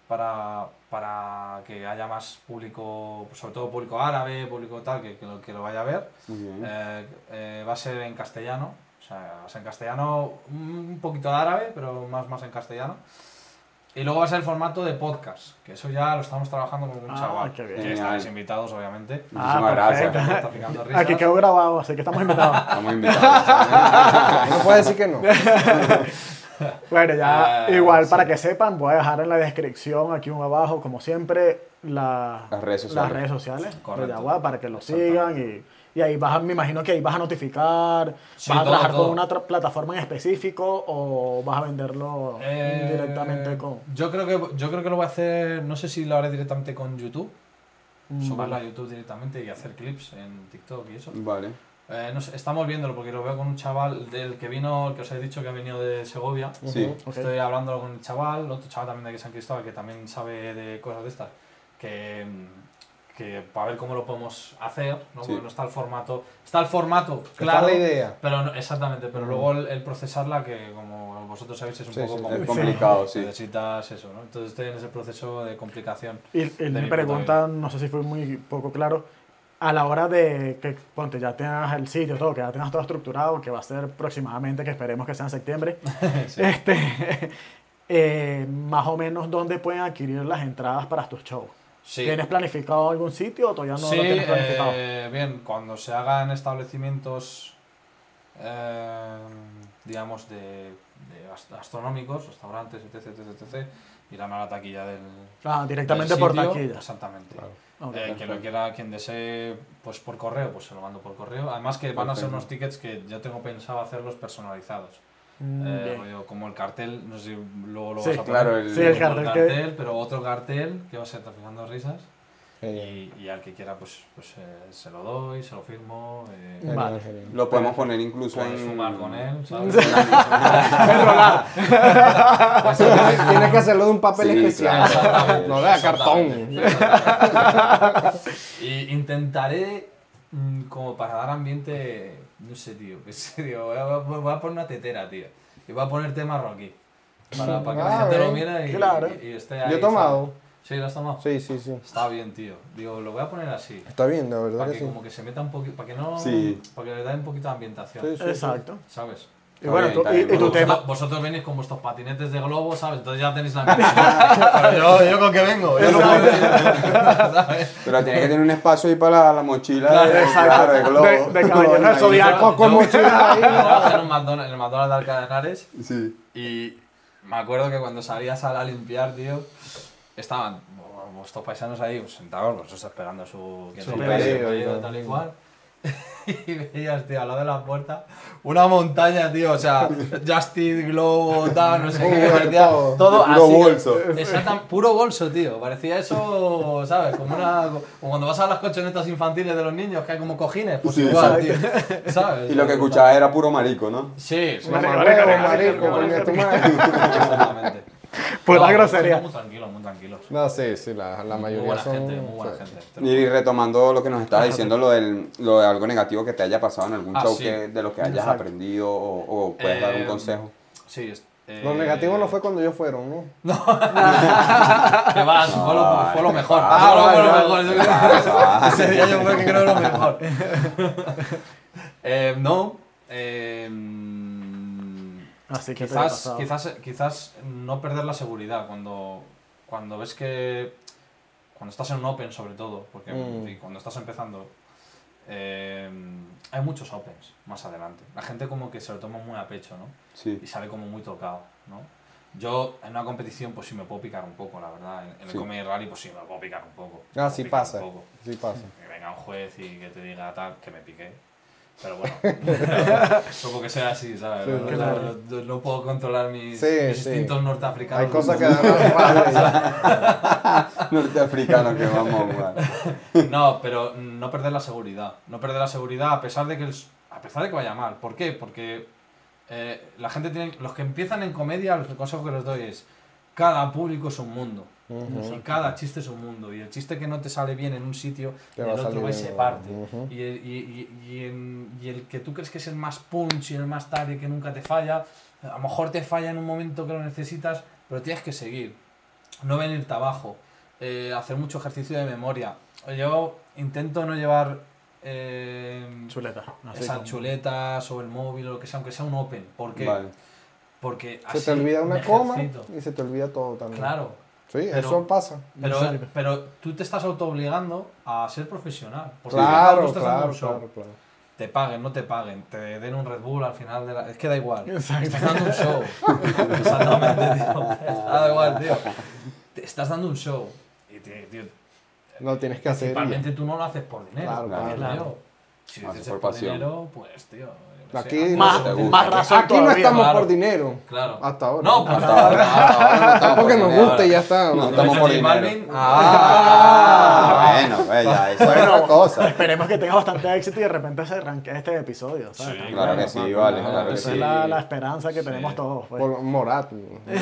Speaker 3: para, para que haya más público, sobre todo público árabe, público tal, que, que lo, que lo vaya a ver.
Speaker 4: Muy bien.
Speaker 3: Eh, eh, va a ser en castellano, o sea, va a ser en castellano, un poquito de árabe, pero más, más en castellano. Y luego va a ser el formato de podcast, que eso ya lo estamos trabajando con un
Speaker 1: Ah,
Speaker 3: chaval.
Speaker 1: qué bien.
Speaker 3: Que estáis invitados, obviamente.
Speaker 4: Muchísimas gracias.
Speaker 1: Ah, perfecto. [LAUGHS]
Speaker 3: Estamos traficando risas.
Speaker 1: Aquí quedó grabado, así que estamos invitados.
Speaker 3: [LAUGHS]
Speaker 4: Estamos
Speaker 2: [LAUGHS]
Speaker 4: invitados.
Speaker 2: No puedes decir que no.
Speaker 1: Bueno, ya
Speaker 3: Ah,
Speaker 1: igual para
Speaker 3: sí.
Speaker 1: que sepan, voy a dejar en la descripción aquí abajo, como siempre, la-
Speaker 4: Las redes
Speaker 1: las
Speaker 4: sociales.
Speaker 1: redes sociales de
Speaker 3: Correcto.
Speaker 1: Yaguá para que lo sigan
Speaker 3: Exactamente.
Speaker 1: y, y ahí vas, a- me imagino que ahí vas a notificar,
Speaker 3: Sí,
Speaker 1: vas a
Speaker 3: todo,
Speaker 1: trabajar
Speaker 3: todo.
Speaker 1: con una tra- plataforma en específico o vas a venderlo
Speaker 3: Eh,
Speaker 1: directamente con...
Speaker 3: Yo creo, que, yo creo que lo voy a hacer, no sé si lo haré directamente con YouTube,
Speaker 1: Mm,
Speaker 3: subirlo
Speaker 1: vale.
Speaker 3: a YouTube directamente y hacer clips en TikTok y eso.
Speaker 4: Vale.
Speaker 3: Eh, no sé, estamos viéndolo porque lo veo con un chaval del que vino, el que os he dicho que ha venido de Segovia.
Speaker 4: Sí.
Speaker 1: Ok.
Speaker 3: Estoy hablando con el chaval, otro chaval también de aquí San Cristóbal que también sabe de cosas de estas, que, mm, que para ver cómo lo podemos hacer, ¿no?
Speaker 4: Sí.
Speaker 3: Porque no está el formato, está el formato,
Speaker 2: Claro.
Speaker 3: claro,
Speaker 2: la idea.
Speaker 3: pero no- exactamente, pero luego el, el procesarla que como vosotros sabéis es un
Speaker 2: Sí,
Speaker 3: poco
Speaker 2: sí,
Speaker 4: Es
Speaker 3: complicado.
Speaker 4: complicado, sí.
Speaker 3: Necesitas eso, ¿no? Entonces estoy en ese proceso de complicación.
Speaker 1: Y, y
Speaker 3: mi
Speaker 1: mi
Speaker 3: puta
Speaker 1: pregunta, no sé si fue muy poco claro, a la hora de que, ponte, ya tengas el sitio, todo, que ya tengas todo estructurado, que va a ser próximamente, que esperemos que sea en septiembre,
Speaker 3: Sí.
Speaker 1: este, [LAUGHS] eh, más o menos dónde pueden adquirir las entradas para tus shows.
Speaker 3: Sí.
Speaker 1: ¿Tienes planificado algún sitio o todavía no
Speaker 3: sí,
Speaker 1: lo tienes planificado?
Speaker 3: eh, bien, cuando se hagan establecimientos, eh, digamos, de, de gast- gastronómicos, restaurantes, etc, etc, etc, irán a la taquilla del.
Speaker 1: Ah, directamente
Speaker 3: del
Speaker 1: por
Speaker 3: sitio.
Speaker 1: taquillas.
Speaker 3: Exactamente.
Speaker 4: Claro.
Speaker 1: Ok.
Speaker 3: Eh, quien lo quiera, quien desee, pues por correo, pues se lo mando por correo. Además que van a ser
Speaker 4: Perfecto.
Speaker 3: unos tickets que yo tengo pensado hacerlos personalizados.
Speaker 1: Mm,
Speaker 3: Eh,
Speaker 1: bien.
Speaker 3: rollo como el cartel, no sé si luego lo
Speaker 1: Sí,
Speaker 3: vas a poner.
Speaker 4: Claro, el,
Speaker 1: Sí, el
Speaker 3: Como el
Speaker 1: cartel que-
Speaker 3: cartel, pero otro cartel que va a ser Te fijando risas.
Speaker 2: Genial,
Speaker 3: Y, y al que quiera, pues, pues eh, se lo doy, se lo firmo. eh,
Speaker 1: Mm.
Speaker 2: genial,
Speaker 1: Vale.
Speaker 2: genial.
Speaker 4: lo podemos poner incluso
Speaker 3: puedes
Speaker 4: en...
Speaker 3: fumar con él, ¿sabes?
Speaker 2: [LAUGHS]
Speaker 3: Pues
Speaker 2: Tiene- [LAUGHS] Tiene
Speaker 3: [LAUGHS]
Speaker 2: que hacerlo de un papel
Speaker 4: Sí,
Speaker 2: especial.
Speaker 4: claro.
Speaker 2: No le da cartón.
Speaker 3: Exactamente, exactamente. [LAUGHS] y intentaré, mm, como para dar ambiente, no sé, tío, que sé, tío, voy a, voy a poner una tetera, tío. Y voy a poner tema rocky. Para, para que la
Speaker 2: Ah,
Speaker 3: gente lo
Speaker 2: bien,
Speaker 3: mira y,
Speaker 1: claro.
Speaker 3: y- y esté ahí.
Speaker 2: Yo he tomado.
Speaker 3: ¿sabes? Sí, lo has tomado.
Speaker 2: Sí, sí, sí.
Speaker 3: Está bien, tío. Digo, lo voy a poner así.
Speaker 2: Está bien, la verdad
Speaker 3: Para
Speaker 2: que
Speaker 3: que
Speaker 2: sí.
Speaker 3: como que se meta un poquito, para que no,
Speaker 4: Sí.
Speaker 3: para que le dé un poquito de ambientación,
Speaker 2: Sí, sí, sí. [LAUGHS]
Speaker 1: Exacto.
Speaker 3: ¿sabes?
Speaker 1: Y bueno,
Speaker 4: bien,
Speaker 1: tú-
Speaker 4: está
Speaker 1: y-
Speaker 4: bien.
Speaker 1: y tu
Speaker 3: Vosotros-
Speaker 1: tema.
Speaker 3: Vosotros venís con vuestros patinetes de globo, ¿sabes? Entonces ya
Speaker 2: [LAUGHS]
Speaker 3: tenéis la ambientación. yo, yo con que vengo. Yo no puedo- [LAUGHS] ¿sabes?
Speaker 4: Pero tiene que tener un espacio ahí para la, la mochila de,
Speaker 1: Exacto.
Speaker 4: claro, de [LAUGHS] globo.
Speaker 1: De- de caballero del
Speaker 4: Ahí.
Speaker 1: zodiaco.
Speaker 2: con
Speaker 3: Yo-
Speaker 2: mochila ahí.
Speaker 3: Yo trabajé en un McDonald's, en el McDonald's de Alcalá de Henares
Speaker 4: Sí.
Speaker 3: y me acuerdo que cuando salías a la limpiar, tío, estaban vuestros paisanos ahí pues, sentados, vosotros esperando su... que
Speaker 1: Su
Speaker 3: te
Speaker 1: pedido,
Speaker 3: pase,
Speaker 2: claro.
Speaker 3: pedido, tal y cual. [LAUGHS] Y veías, tío, al lado de la puerta, una montaña, tío, o sea, Justin, Globo, tal,
Speaker 4: [LAUGHS]
Speaker 3: no sé qué,
Speaker 2: Uber,
Speaker 3: [LAUGHS] parecía
Speaker 2: todo.
Speaker 3: todo
Speaker 4: Puro
Speaker 3: así.
Speaker 4: bolso.
Speaker 3: Exacta- puro bolso, tío. Parecía eso, ¿sabes? Como, una, como cuando vas a las colchonetas infantiles de los niños, que hay como cojines, pues
Speaker 4: Sí,
Speaker 3: igual, tío. [LAUGHS] ¿Sabes?
Speaker 4: Y lo que escuchabas era puro marico, ¿no?
Speaker 3: Sí, sí.
Speaker 1: Vale,
Speaker 2: Mamá,
Speaker 1: vale,
Speaker 2: huevo,
Speaker 1: vale, vale,
Speaker 2: marico,
Speaker 1: vale,
Speaker 2: coño,
Speaker 1: vale.
Speaker 2: tu madre. [LAUGHS]
Speaker 3: Exactamente.
Speaker 1: Pues la
Speaker 3: No,
Speaker 1: grosería.
Speaker 3: Muy tranquilos, muy tranquilos.
Speaker 2: No, sí, sí, la, la
Speaker 3: Muy
Speaker 2: mayoría
Speaker 3: buena
Speaker 2: son...
Speaker 3: gente, muy buena
Speaker 2: sí.
Speaker 3: gente.
Speaker 4: Y retomando lo que nos estabas diciendo, lo, del, lo de algo negativo que te haya pasado en algún
Speaker 3: Ah,
Speaker 4: show,
Speaker 3: sí.
Speaker 4: que, de lo que hayas
Speaker 1: Exacto.
Speaker 4: aprendido o, o puedes dar un
Speaker 3: Eh,
Speaker 4: consejo.
Speaker 3: Sí, es- eh,
Speaker 2: Lo negativo no
Speaker 3: [LAUGHS]
Speaker 2: fue cuando ellos fueron, ¿no?
Speaker 3: Que va, fue lo,
Speaker 4: Ay,
Speaker 3: fue lo mejor.
Speaker 4: ah,
Speaker 3: Fue lo-
Speaker 2: vale,
Speaker 3: fue lo
Speaker 2: vale.
Speaker 3: mejor, eso que- [LAUGHS]
Speaker 4: Ah,
Speaker 3: Ese día yo creo que creo lo mejor.
Speaker 2: [LAUGHS]
Speaker 3: [LAUGHS] Eh, no. eh,
Speaker 1: Así que te haya
Speaker 3: quizás,
Speaker 1: pasado.
Speaker 3: quizás, quizás no perder la seguridad cuando, cuando ves que. Cuando estás en un open, sobre todo, porque
Speaker 2: Mm.
Speaker 3: y cuando estás empezando. eh, hay muchos opens más adelante. La gente como que se lo toma muy a pecho, ¿no?
Speaker 4: sí.
Speaker 3: [LAUGHS] y sale como muy tocado, ¿no? Yo en una competición pues sí me puedo picar un poco, la verdad. En, en el
Speaker 4: Sí.
Speaker 3: Comedy Rally pues sí me puedo picar un poco. Me
Speaker 2: Ah,
Speaker 3: puedo
Speaker 2: sí
Speaker 3: picar
Speaker 2: pasa,
Speaker 3: un poco.
Speaker 2: sí pasa.
Speaker 3: Que venga un juez y que te diga tal, que me piqué. Pero
Speaker 2: [LAUGHS]
Speaker 3: bueno, poco que sea así, ¿sabes?
Speaker 2: Sí,
Speaker 3: no, no-
Speaker 1: claro.
Speaker 3: no- no puedo controlar mis,
Speaker 2: Sí,
Speaker 3: mis
Speaker 2: sí.
Speaker 3: instintos norteafricanos.
Speaker 2: Hay cosas que agarran [LAUGHS] rápido.
Speaker 4: Norteafricano que vamos, man.
Speaker 3: No, pero no perder la seguridad. No perder la seguridad a pesar de que, el s- a pesar de que vaya mal. ¿Por qué? Porque eh, la gente tiene. Los que empiezan en comedia, el consejo que les doy es: cada público es un mundo.
Speaker 2: Ujú.
Speaker 3: Y cada chiste es un mundo. Y el chiste que no te sale bien en un sitio,
Speaker 2: Te
Speaker 3: en
Speaker 2: va
Speaker 3: el otro
Speaker 2: a salir
Speaker 3: va y
Speaker 2: bien,
Speaker 3: se parte.
Speaker 2: ujú.
Speaker 3: Y el, y- y- y en- y el que tú crees que es el más punch y el más tal y que nunca te falla, a lo mejor te falla en un momento que lo necesitas, pero tienes que seguir. No venirte abajo. Eh, hacer mucho ejercicio de memoria. Yo intento no llevar eh,
Speaker 1: Chuleta. así
Speaker 3: esas
Speaker 1: como-
Speaker 3: chuletas o el móvil o lo que sea, aunque sea un open. Porque,
Speaker 4: Vale.
Speaker 3: porque
Speaker 2: Se te
Speaker 3: así
Speaker 2: olvida
Speaker 3: me
Speaker 2: una coma
Speaker 3: ejercito.
Speaker 2: y se te olvida todo también.
Speaker 3: Claro.
Speaker 2: Sí,
Speaker 3: Pero-
Speaker 2: eso pasa.
Speaker 3: Pero,
Speaker 1: Exacto.
Speaker 3: pero tú te estás autoobligando a ser profesional. Porque tú
Speaker 2: Claro,
Speaker 3: estás dando
Speaker 2: claro,
Speaker 3: un show.
Speaker 2: claro, claro.
Speaker 3: Te paguen, no te paguen, te den un Red Bull al final de la... Es que da igual.
Speaker 1: [LAUGHS] Exacto.
Speaker 3: Estás dando un show. Exactamente, tío. Da igual, tío. Te estás dando un show. Y, te- tío,
Speaker 2: No tienes que hacer. y ya.
Speaker 3: principalmente tú no lo haces por dinero.
Speaker 2: Claro,
Speaker 3: tío.
Speaker 1: claro.
Speaker 5: Si
Speaker 4: Más
Speaker 5: dices
Speaker 4: por
Speaker 5: por
Speaker 4: pasión.
Speaker 5: dinero, pues tío. yo qué sé,
Speaker 2: Aquí,
Speaker 1: Más,
Speaker 4: te gusta.
Speaker 1: más razón
Speaker 2: aquí no
Speaker 1: todavía.
Speaker 2: estamos
Speaker 5: claro.
Speaker 2: por dinero.
Speaker 5: Claro.
Speaker 2: Hasta ahora.
Speaker 5: No, pues
Speaker 4: Hasta ahora, hasta ahora no estamos
Speaker 2: porque
Speaker 4: por
Speaker 2: nos
Speaker 4: dinero.
Speaker 2: gusta y ya está.
Speaker 4: No
Speaker 2: ¿no?
Speaker 4: estamos por
Speaker 3: J Balvin.
Speaker 4: dinero.
Speaker 3: Ah.
Speaker 4: bueno, pues ya, eso es otra
Speaker 1: Bueno,
Speaker 4: cosa.
Speaker 1: esperemos que tenga bastante éxito y de repente se arranque este episodio. ¿sabes?
Speaker 5: Sí,
Speaker 4: Claro que sí, vale, claro que
Speaker 1: Esa
Speaker 4: sí.
Speaker 1: es la, la esperanza que tenemos todos. pues.
Speaker 2: Por Morat. ¿no?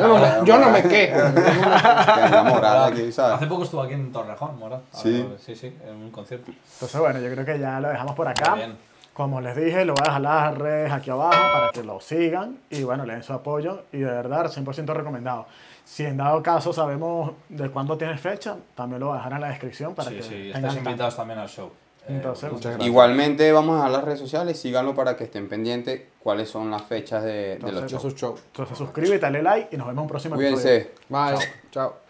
Speaker 2: yo, no me, yo no me quejo.
Speaker 4: Que anda
Speaker 3: Ah.
Speaker 4: morada aquí,
Speaker 5: Hace
Speaker 4: ¿sabes?
Speaker 5: poco estuvo aquí en Torrejón, Mora.
Speaker 4: Sí.
Speaker 5: Sí, sí, en un concierto.
Speaker 1: Entonces, bueno, yo creo que ya lo dejamos por acá.
Speaker 5: Muy bien.
Speaker 1: Como les dije, lo voy a dejar las redes aquí abajo para que lo sigan y bueno, le den su apoyo y de verdad 100% recomendado. Si en dado caso sabemos de cuándo tienes fecha, también lo voy a dejar en la descripción para
Speaker 5: sí,
Speaker 1: que
Speaker 5: sí,
Speaker 1: tengan
Speaker 5: estáis invitados también al show. Eh,
Speaker 1: Entonces,
Speaker 5: muchas
Speaker 1: muchas
Speaker 4: Igualmente vamos a las redes sociales, síganlo para que estén pendientes cuáles son las fechas de, de los
Speaker 1: Entonces,
Speaker 4: shows.
Speaker 2: Eso es show.
Speaker 1: Entonces suscríbete, dale like y nos vemos en un próximo episodio.
Speaker 4: Cuídense.
Speaker 2: Bye. Chao.